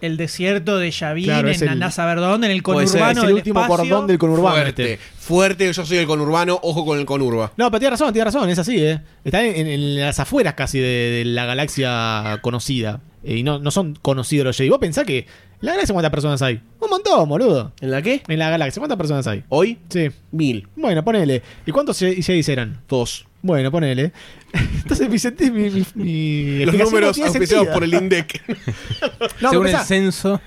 [SPEAKER 6] el desierto de Yavin,
[SPEAKER 2] Claro, es
[SPEAKER 6] en
[SPEAKER 2] el-
[SPEAKER 6] andá a saber dónde, en el
[SPEAKER 7] Puede ser,
[SPEAKER 6] conurbano
[SPEAKER 2] es el
[SPEAKER 6] del
[SPEAKER 2] último
[SPEAKER 6] espacio.
[SPEAKER 2] cordón del conurbano.
[SPEAKER 5] Fuerte,
[SPEAKER 2] este.
[SPEAKER 5] fuerte, yo soy el conurbano, ojo con el conurba.
[SPEAKER 2] No, pero tiene razón, tiene razón, es así, ¿eh? Están en, en las afueras casi de, de la galaxia conocida. Eh, y no, no son conocidos los Jedi. Vos pensás que. ¿La galaxia cuántas personas hay? Un montón, boludo.
[SPEAKER 5] ¿En la qué?
[SPEAKER 2] En la galaxia, ¿cuántas personas hay?
[SPEAKER 5] Hoy,
[SPEAKER 2] Sí.
[SPEAKER 5] mil,
[SPEAKER 2] Bueno, ponele. ¿Y cuántos Je- Jedi eran?
[SPEAKER 5] dos.
[SPEAKER 2] Bueno, ponele. Entonces mi, senti- mi, mi- mi
[SPEAKER 5] Los
[SPEAKER 2] explicación no
[SPEAKER 5] números
[SPEAKER 2] tiene
[SPEAKER 5] auspiciados
[SPEAKER 2] sentido.
[SPEAKER 5] por el INDEC.
[SPEAKER 2] No,
[SPEAKER 7] Según
[SPEAKER 2] pero
[SPEAKER 7] el
[SPEAKER 2] pensá,
[SPEAKER 7] censo.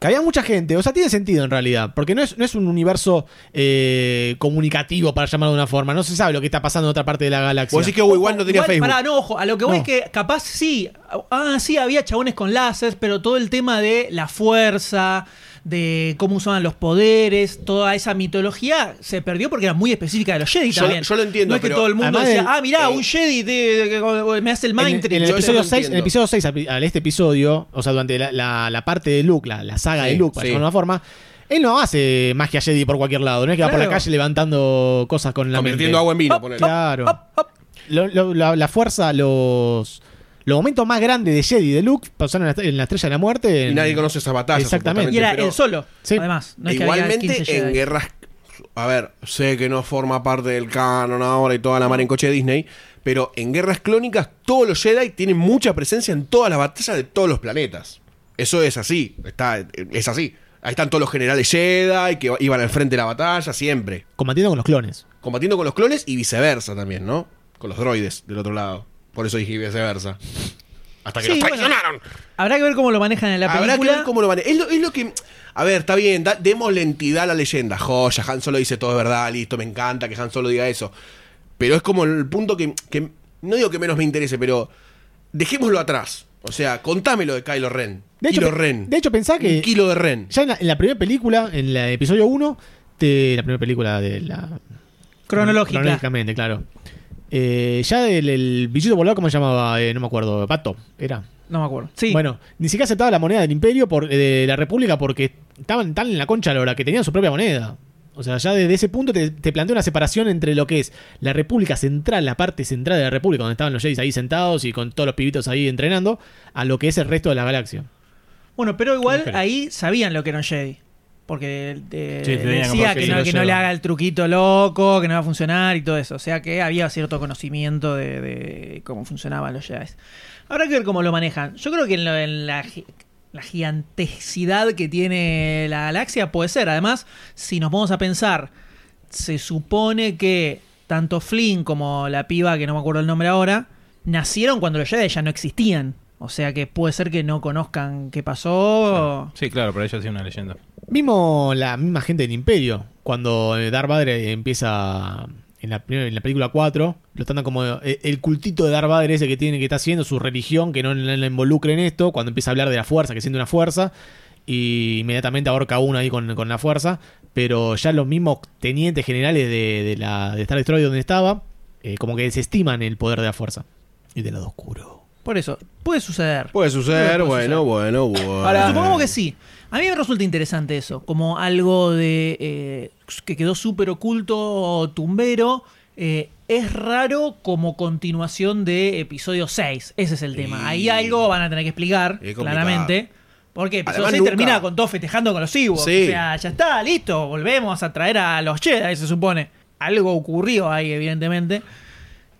[SPEAKER 2] que había mucha gente. O sea, tiene sentido en realidad. Porque no es, no es un universo eh, comunicativo, para llamarlo de una forma. No se sabe lo que está pasando en otra parte de la galaxia.
[SPEAKER 5] Vos decís que Obi-Wan no tenía
[SPEAKER 6] Igual,
[SPEAKER 5] Facebook.
[SPEAKER 6] pará, no, ojo, a lo que voy
[SPEAKER 2] No.
[SPEAKER 6] es que capaz sí, ah, sí, había chabones con láser, pero todo el tema de la fuerza, de cómo usaban los poderes, toda esa mitología se perdió porque era muy específica de los Jedi
[SPEAKER 5] Yo-
[SPEAKER 6] también.
[SPEAKER 5] yo lo entiendo,
[SPEAKER 6] No es que
[SPEAKER 5] pero
[SPEAKER 6] todo el mundo
[SPEAKER 2] además
[SPEAKER 6] decía,
[SPEAKER 2] del-
[SPEAKER 6] ah, mirá,
[SPEAKER 5] eh,
[SPEAKER 6] un Jedi de- de- de- me hace el
[SPEAKER 2] En
[SPEAKER 6] mind
[SPEAKER 2] el,
[SPEAKER 6] trick.
[SPEAKER 2] en el
[SPEAKER 5] yo
[SPEAKER 2] episodio
[SPEAKER 5] eso lo
[SPEAKER 2] 6, en el
[SPEAKER 5] entiendo.
[SPEAKER 2] episodio 6 al, al este episodio, o sea, durante la, la- la parte de Luke, la, la saga de
[SPEAKER 5] Sí,
[SPEAKER 2] Luke, para
[SPEAKER 5] sí.
[SPEAKER 2] llamarlo de una forma, él no hace magia Jedi por cualquier lado, no es que va por la
[SPEAKER 6] Claro.
[SPEAKER 2] calle levantando cosas con la mente.
[SPEAKER 5] Convirtiendo agua en vino, ponele.
[SPEAKER 2] Claro. Lo- lo- la, la fuerza, los los momentos más grandes de Jedi de Luke pasaron en la, en la Estrella de la Muerte.
[SPEAKER 5] Y
[SPEAKER 2] en-
[SPEAKER 5] nadie conoce esas batallas.
[SPEAKER 2] Exactamente.
[SPEAKER 6] y era
[SPEAKER 5] supuestamente,
[SPEAKER 6] él solo,
[SPEAKER 2] Sí.
[SPEAKER 6] además. No es que había
[SPEAKER 5] Igualmente
[SPEAKER 6] 15 Jedi.
[SPEAKER 5] en guerras. A ver, sé que no forma parte del canon ahora y toda la mar en coche de Disney, pero en guerras clónicas todos los Jedi tienen mucha presencia en todas las batallas de todos los planetas. Eso es así, está, es así. Ahí están todos los generales Jedi que iban al frente de la batalla siempre,
[SPEAKER 2] Combatiendo con los clones.
[SPEAKER 5] combatiendo con los clones y viceversa también, ¿no? Con los droides del otro lado. Por eso dije viceversa. Hasta que
[SPEAKER 6] Sí,
[SPEAKER 5] los
[SPEAKER 6] bueno.
[SPEAKER 5] traicionaron.
[SPEAKER 6] Habrá que ver cómo lo manejan en la película.
[SPEAKER 5] Habrá que ver cómo lo van. Es lo, es lo que. A ver, está bien, da- démosle entidad a la leyenda. Joya, Han Solo dice todo es verdad, listo, me encanta que Han Solo diga eso. Pero es como el punto que, que- No digo que menos me interese, pero. Dejémoslo atrás. O sea, contámelo de Kylo Ren.
[SPEAKER 2] De hecho,
[SPEAKER 5] Kilo
[SPEAKER 2] pe-
[SPEAKER 5] Ren.
[SPEAKER 2] de hecho, pensá que-
[SPEAKER 5] Un kilo de Ren.
[SPEAKER 2] Ya en la, en la primera película, en el episodio 1, te- la primera película de la.
[SPEAKER 6] Cronológica.
[SPEAKER 2] Cronológicamente, claro. Eh, ya el, el bichito volador, ¿cómo se llamaba? Eh, no me acuerdo. Pato, era.
[SPEAKER 6] No me acuerdo. Sí.
[SPEAKER 2] Bueno, ni siquiera aceptaba la moneda del imperio por, eh, de la república porque estaban tan en la concha a la hora que tenían su propia moneda. O sea, ya desde ese punto te, te plantea una separación entre lo que es la República Central, la parte central de la República, donde estaban los Jays ahí sentados y con todos los pibitos ahí entrenando, a lo que es el resto de la galaxia.
[SPEAKER 6] Bueno, pero igual
[SPEAKER 2] Mujeres.
[SPEAKER 6] ahí sabían lo que era un Jedi. Porque eh,
[SPEAKER 7] Sí, tenían
[SPEAKER 6] decía
[SPEAKER 7] como que
[SPEAKER 6] que,
[SPEAKER 7] se
[SPEAKER 6] no,
[SPEAKER 7] lo
[SPEAKER 6] que no
[SPEAKER 7] llevan.
[SPEAKER 6] le haga el truquito loco, que no va a funcionar y todo eso. O sea que había cierto conocimiento de, de cómo funcionaban los Jedi. Habrá que ver cómo lo manejan. Yo creo que en, lo- en la, gi- la gigantesidad que tiene la galaxia puede ser. Además, si nos vamos a pensar, se supone que tanto Flynn como la piba, que no me acuerdo el nombre ahora, nacieron cuando los Jedi ya no existían. O sea que puede ser que no conozcan qué pasó.
[SPEAKER 7] Sí, claro, para ellos sí una leyenda.
[SPEAKER 2] Mismo la misma gente del Imperio, cuando eh, Darth Vader eh, empieza en la, primer- en la película 4, lo tratan como eh, el cultito de Darth Vader ese que tiene que está haciendo su religión, que no la la involucre en esto, cuando empieza a hablar de la fuerza, que siente una fuerza, y inmediatamente ahorca uno ahí con, con la fuerza, pero ya los mismos tenientes generales de, de la de Star Destroyer donde estaba, eh, como que desestiman el poder de la fuerza y del lado oscuro.
[SPEAKER 6] Por eso, puede suceder.
[SPEAKER 5] Puede suceder,
[SPEAKER 6] Puede
[SPEAKER 5] bueno,
[SPEAKER 6] suceder.
[SPEAKER 5] bueno, bueno.
[SPEAKER 6] Supongo que sí. A mí me resulta interesante eso, como algo de eh, que quedó súper oculto, tumbero. Eh, es raro como continuación de episodio 6. Ese es el tema. Ahí
[SPEAKER 5] Y-
[SPEAKER 6] algo van a tener que explicar,
[SPEAKER 5] Es complicado.
[SPEAKER 6] claramente. Porque episodio
[SPEAKER 5] Además,
[SPEAKER 6] 6
[SPEAKER 5] nunca-
[SPEAKER 6] termina con todos festejando con los Ewoks.
[SPEAKER 5] Sí.
[SPEAKER 6] O sea, ya está, listo. Volvemos a traer a los Jedi, se supone. Algo ocurrió ahí, evidentemente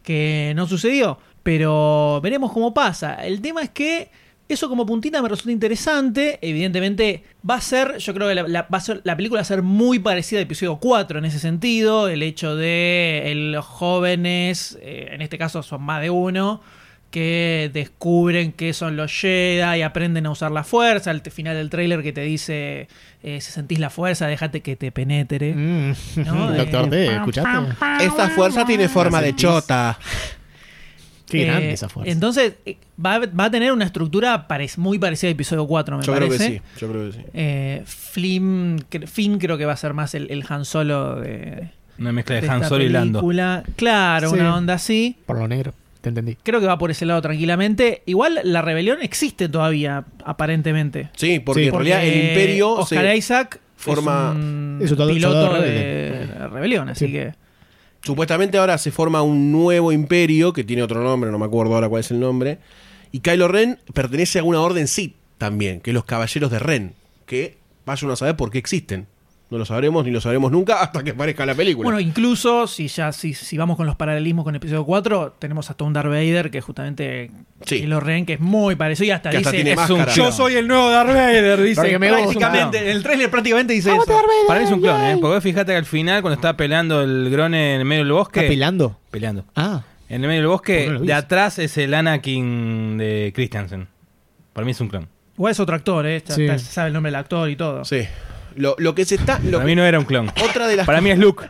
[SPEAKER 6] que no sucedió. Pero veremos cómo pasa. El tema es que eso como puntita me resulta interesante. Evidentemente va a ser, yo creo que la, la- va a ser- la película va a ser muy parecida a episodio 4 en ese sentido. El hecho de el- los jóvenes, eh, en este caso son más de uno, que descubren que son los Jedi y aprenden a usar la fuerza. Al final del trailer que te dice, eh, si sentís la fuerza, déjate que te penetre.
[SPEAKER 2] Mm.
[SPEAKER 6] No,
[SPEAKER 2] Doctor
[SPEAKER 6] eh,
[SPEAKER 2] D, ¿escuchaste?
[SPEAKER 5] Esta fuerza tiene forma de chota.
[SPEAKER 2] Qué
[SPEAKER 6] Eh,
[SPEAKER 2] grande esa fuerza.
[SPEAKER 6] Entonces, eh, va, a- va a tener una estructura parec- muy parecida a episodio 4, me
[SPEAKER 5] Yo creo
[SPEAKER 6] parece.
[SPEAKER 5] que sí, yo creo que sí.
[SPEAKER 6] Eh, Flynn, cre- Finn creo que va a ser más el, el Han Solo de,
[SPEAKER 7] Una mezcla
[SPEAKER 6] de
[SPEAKER 7] de Han
[SPEAKER 6] esta
[SPEAKER 7] Solo y Lando.
[SPEAKER 6] película. Claro,
[SPEAKER 2] Sí.
[SPEAKER 6] una onda así.
[SPEAKER 2] Por lo negro, te entendí.
[SPEAKER 6] Creo que va por ese lado tranquilamente. Igual la rebelión existe todavía, aparentemente.
[SPEAKER 5] Sí, porque
[SPEAKER 2] Sí,
[SPEAKER 5] en realidad el
[SPEAKER 6] Porque
[SPEAKER 5] imperio
[SPEAKER 6] Oscar
[SPEAKER 5] se-
[SPEAKER 6] Isaac
[SPEAKER 5] forma-
[SPEAKER 6] es un
[SPEAKER 2] Es un soldado-
[SPEAKER 6] piloto
[SPEAKER 2] soldado
[SPEAKER 6] de
[SPEAKER 2] rebelde.
[SPEAKER 6] rebelión, así
[SPEAKER 2] Sí.
[SPEAKER 6] que
[SPEAKER 5] supuestamente ahora se forma un nuevo imperio que tiene otro nombre, no me acuerdo ahora cuál es el nombre. Y Kylo Ren pertenece a una orden Sith también, que es los Caballeros de Ren, que vaya uno a saber por qué existen. No lo sabremos ni lo sabremos nunca hasta que aparezca la película.
[SPEAKER 6] Bueno, incluso si ya si, si vamos con los paralelismos con episodio 4, tenemos hasta un Darth Vader que es justamente
[SPEAKER 5] Sí.
[SPEAKER 6] Kylo Ren, que es muy parecido y hasta
[SPEAKER 5] Que hasta
[SPEAKER 6] dice
[SPEAKER 5] tiene
[SPEAKER 7] Es un
[SPEAKER 5] máscara.
[SPEAKER 7] clon.
[SPEAKER 6] el nuevo Darth Vader,
[SPEAKER 2] Porque me gusta.
[SPEAKER 6] prácticamente, en el trailer prácticamente dice eso.
[SPEAKER 7] Para mí es un clon, ¿eh? Porque vos fijate que al final, cuando está peleando el grone en el medio del bosque.
[SPEAKER 2] ¿Está pelando?
[SPEAKER 7] Peleando.
[SPEAKER 2] Ah,
[SPEAKER 7] En el medio del
[SPEAKER 2] ¿Por qué
[SPEAKER 7] bosque,
[SPEAKER 2] no lo
[SPEAKER 7] de
[SPEAKER 2] viste?
[SPEAKER 7] atrás es el Anakin de Christensen. Para mí es un clon.
[SPEAKER 6] Igual es otro actor, ¿eh? Está-
[SPEAKER 2] Sí.
[SPEAKER 6] está- se sabe el nombre del actor y todo.
[SPEAKER 5] Sí. Lo, lo que se está. lo
[SPEAKER 7] Para
[SPEAKER 5] que-
[SPEAKER 7] mí no era un clon.
[SPEAKER 5] otra de las
[SPEAKER 7] Para mí es Luke.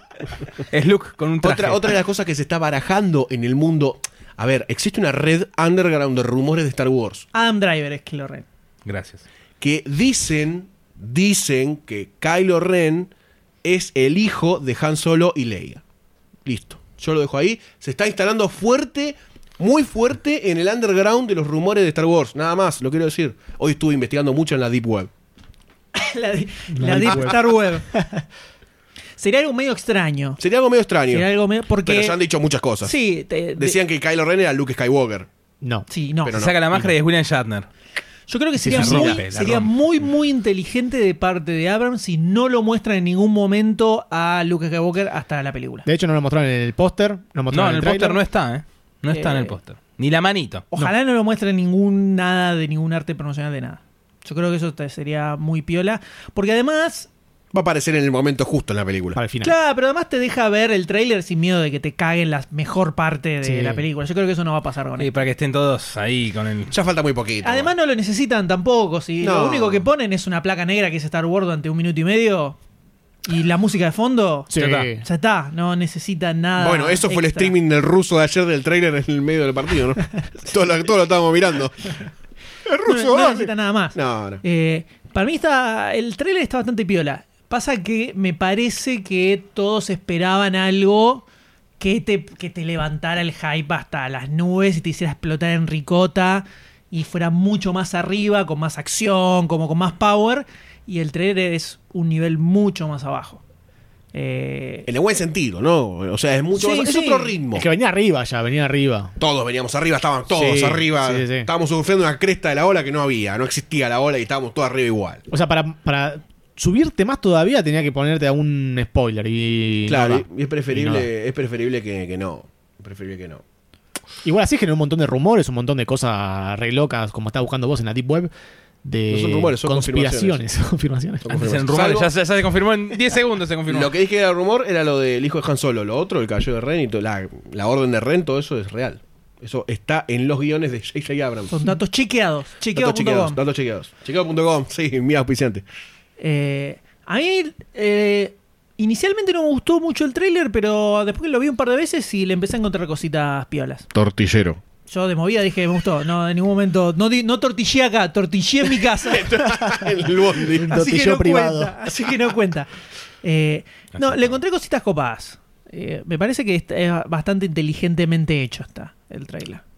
[SPEAKER 7] Es Luke con un traje.
[SPEAKER 5] Otra, otra de las cosas que se está barajando en el mundo. A ver, existe una red underground de rumores de Star Wars
[SPEAKER 6] Adam Driver es Kylo Ren.
[SPEAKER 7] Gracias.
[SPEAKER 5] que dicen, dicen que Kylo Ren es el hijo de Han Solo y Leia. Listo. Yo lo dejo ahí. Se está instalando fuerte, muy fuerte en el underground de los rumores de Star Wars. Nada más, lo quiero decir. Hoy estuve investigando mucho en la Deep Web.
[SPEAKER 6] la de- la Deep Star Web. Sería algo medio extraño.
[SPEAKER 5] Sería algo medio extraño.
[SPEAKER 6] Sería algo medio. Porque.
[SPEAKER 5] Pero ya han dicho muchas cosas.
[SPEAKER 6] sí, te- de-
[SPEAKER 5] Decían que Kylo Ren era Luke Skywalker.
[SPEAKER 2] no.
[SPEAKER 6] Sí, no.
[SPEAKER 5] pero
[SPEAKER 7] Se saca la máscara y es William Shatner.
[SPEAKER 6] Yo creo que sería,
[SPEAKER 7] se rompe,
[SPEAKER 6] muy,
[SPEAKER 7] la
[SPEAKER 6] sería
[SPEAKER 7] rompe.
[SPEAKER 6] muy, muy inteligente de parte de Abrams si no lo muestra en ningún momento a Luke Skywalker hasta la película.
[SPEAKER 2] De hecho, no lo mostraron en el póster. No, lo mostraron
[SPEAKER 7] No, en el
[SPEAKER 2] tráiler.
[SPEAKER 7] póster no está, ¿eh? No está en
[SPEAKER 6] Eh,
[SPEAKER 7] el póster. Ni la manito.
[SPEAKER 6] Ojalá no, lo muestre en ningún nada de ningún arte promocional de nada. Yo creo que eso te- sería muy piola. Porque además,
[SPEAKER 5] Va a aparecer en el momento justo en la película.
[SPEAKER 2] Para el final.
[SPEAKER 6] claro, pero además te deja ver el tráiler sin miedo de que te caguen la mejor parte de
[SPEAKER 2] Sí.
[SPEAKER 6] la película. Yo creo que eso no va a pasar con
[SPEAKER 7] Y
[SPEAKER 6] él.
[SPEAKER 7] para que estén todos ahí con el.
[SPEAKER 5] Ya falta muy poquito.
[SPEAKER 6] Además no lo necesitan tampoco. Si
[SPEAKER 5] No.
[SPEAKER 6] lo único que ponen es una placa negra que es Star Wars durante un minuto y medio y la música de fondo,
[SPEAKER 2] Sí.
[SPEAKER 7] Ya está.
[SPEAKER 6] Ya está, no necesita nada.
[SPEAKER 5] Bueno, eso fue el
[SPEAKER 6] Ah, extra.
[SPEAKER 5] streaming del ruso de ayer del trailer en el medio del partido, ¿no? todo, lo, todo lo estábamos mirando. ¡El
[SPEAKER 6] No,
[SPEAKER 5] ruso!
[SPEAKER 6] no
[SPEAKER 5] dale!
[SPEAKER 6] necesita nada más.
[SPEAKER 5] No, no.
[SPEAKER 6] Eh, para mí está. El trailer está bastante piola. Pasa que me parece que todos esperaban algo que te, que te levantara el hype hasta las nubes y te hiciera explotar en ricota y fuera mucho más arriba, con más acción, como con más power. Y el trailer es un nivel mucho más abajo. Eh,
[SPEAKER 5] En el buen sentido, ¿no? O sea, es mucho
[SPEAKER 6] Sí,
[SPEAKER 5] más- es
[SPEAKER 6] sí.
[SPEAKER 5] otro ritmo.
[SPEAKER 2] Es que venía arriba ya, venía arriba.
[SPEAKER 5] Todos veníamos arriba, estaban todos
[SPEAKER 2] Sí,
[SPEAKER 5] arriba.
[SPEAKER 2] sí, sí.
[SPEAKER 5] Estábamos sufriendo una cresta de la ola que no había, no existía la ola y estábamos todos arriba igual.
[SPEAKER 2] O sea, para, para subirte más todavía tenía que ponerte algún spoiler. Y
[SPEAKER 5] Claro,
[SPEAKER 2] no va.
[SPEAKER 5] y es
[SPEAKER 2] Y no va.
[SPEAKER 5] preferible, es preferible que, que no. Es preferible que no.
[SPEAKER 2] Igual así generó un montón de rumores, un montón de cosas re locas, como está buscando vos en la Deep Web. De
[SPEAKER 5] No son rumores, son
[SPEAKER 2] conspiraciones. confirmaciones.
[SPEAKER 5] Son
[SPEAKER 7] Antes en
[SPEAKER 5] confirmaciones.
[SPEAKER 7] rumores,
[SPEAKER 5] Salvo-
[SPEAKER 7] ya, se- ya se confirmó en 10 segundos. Se confirmó.
[SPEAKER 5] Lo que dije era rumor era lo del hijo de Han Solo. Lo otro, el caballero de Ren y to- la, la orden de Ren, todo eso es real. Eso está en los guiones de J.J. Abrams.
[SPEAKER 6] son datos chequeados.
[SPEAKER 5] Datos chequeados.
[SPEAKER 6] Chequeado.com.
[SPEAKER 5] Datos chequeados. Chequeado.com, sí, mi auspiciante.
[SPEAKER 6] Eh, a mí eh, inicialmente no me gustó mucho el tráiler, pero después que lo vi un par de veces y le empecé a encontrar cositas piolas.
[SPEAKER 5] Tortillero.
[SPEAKER 6] Yo de movida dije, me gustó. No, en ningún momento. No, di- no tortillé acá, tortillé en mi casa.
[SPEAKER 5] el
[SPEAKER 6] así
[SPEAKER 5] bondi.
[SPEAKER 6] que
[SPEAKER 2] tortilleo
[SPEAKER 6] no
[SPEAKER 2] privado.
[SPEAKER 6] cuenta. Así que no cuenta. Eh, no, le encontré cositas copadas. Eh, me parece que está- es bastante inteligentemente hecho está el tráiler.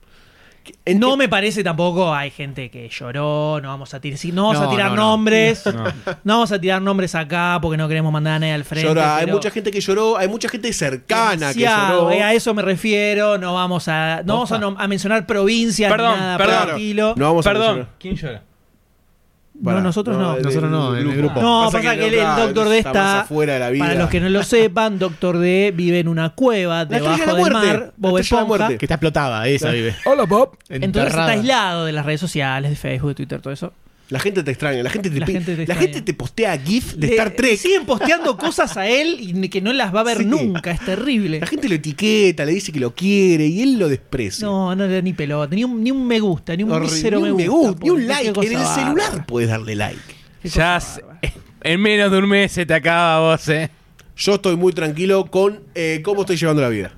[SPEAKER 6] No me parece tampoco, hay gente que lloró, no vamos a tirar, sí, no vamos
[SPEAKER 2] No,
[SPEAKER 6] a tirar
[SPEAKER 2] no, no.
[SPEAKER 6] nombres, no. vamos a tirar nombres acá porque no queremos mandar a nadie al frente.
[SPEAKER 5] Llora, hay
[SPEAKER 6] pero-
[SPEAKER 5] mucha gente que lloró, hay mucha gente cercana que
[SPEAKER 6] Demasiado,
[SPEAKER 5] lloró.
[SPEAKER 6] eh, a eso me refiero, no vamos a, no vamos a, nom- a mencionar provincias, ni
[SPEAKER 7] Perdón,
[SPEAKER 6] nada
[SPEAKER 7] perdón.
[SPEAKER 6] por el estilo.
[SPEAKER 5] No vamos a
[SPEAKER 7] Perdón.
[SPEAKER 5] mencionar.
[SPEAKER 7] ¿Quién llora?
[SPEAKER 5] Pará.
[SPEAKER 6] nosotros no.
[SPEAKER 5] el-
[SPEAKER 2] Nosotros no, en el grupo.
[SPEAKER 6] No, pasa, que él, el
[SPEAKER 5] claro,
[SPEAKER 6] doctor D
[SPEAKER 5] está más
[SPEAKER 6] está.
[SPEAKER 5] afuera de la vida.
[SPEAKER 6] Para los que no lo sepan, doctor D vive en una cueva
[SPEAKER 5] La
[SPEAKER 6] debajo
[SPEAKER 5] estrella de la
[SPEAKER 6] del
[SPEAKER 5] muerte.
[SPEAKER 6] mar, Bob
[SPEAKER 5] La estrella de la
[SPEAKER 6] Esponja.
[SPEAKER 5] muerte.
[SPEAKER 2] Que está explotada, esa vive.
[SPEAKER 7] Hola, Bob.
[SPEAKER 6] Entonces está
[SPEAKER 2] Enterrada.
[SPEAKER 6] aislado de las redes sociales, de Facebook, de Twitter, todo eso.
[SPEAKER 5] La gente te extraña, la gente te,
[SPEAKER 6] La
[SPEAKER 5] pi-
[SPEAKER 6] gente te
[SPEAKER 5] la
[SPEAKER 6] extraña. Eh,
[SPEAKER 5] gente te postea GIF de
[SPEAKER 6] Le-
[SPEAKER 5] Star Trek.
[SPEAKER 6] Siguen posteando cosas a él y que no las va a ver
[SPEAKER 5] Sí.
[SPEAKER 6] nunca, es terrible.
[SPEAKER 5] La gente lo etiqueta, le dice que lo quiere y él lo desprecia.
[SPEAKER 6] No, no le da ni pelota, ni un, ni un me gusta, ni un
[SPEAKER 5] Horrible.
[SPEAKER 6] mísero
[SPEAKER 5] ni un
[SPEAKER 6] me
[SPEAKER 5] me
[SPEAKER 6] gusta.
[SPEAKER 5] gusta, ni un
[SPEAKER 6] pobre, qué
[SPEAKER 5] like.
[SPEAKER 6] cosa
[SPEAKER 5] En el
[SPEAKER 6] bárbara.
[SPEAKER 5] celular puedes darle like.
[SPEAKER 6] Qué cosa
[SPEAKER 7] Ya se-
[SPEAKER 6] bárbara.
[SPEAKER 7] en menos de un mes se te acaba vos, ¿eh?
[SPEAKER 5] Yo estoy muy tranquilo con eh, cómo estoy llevando la vida.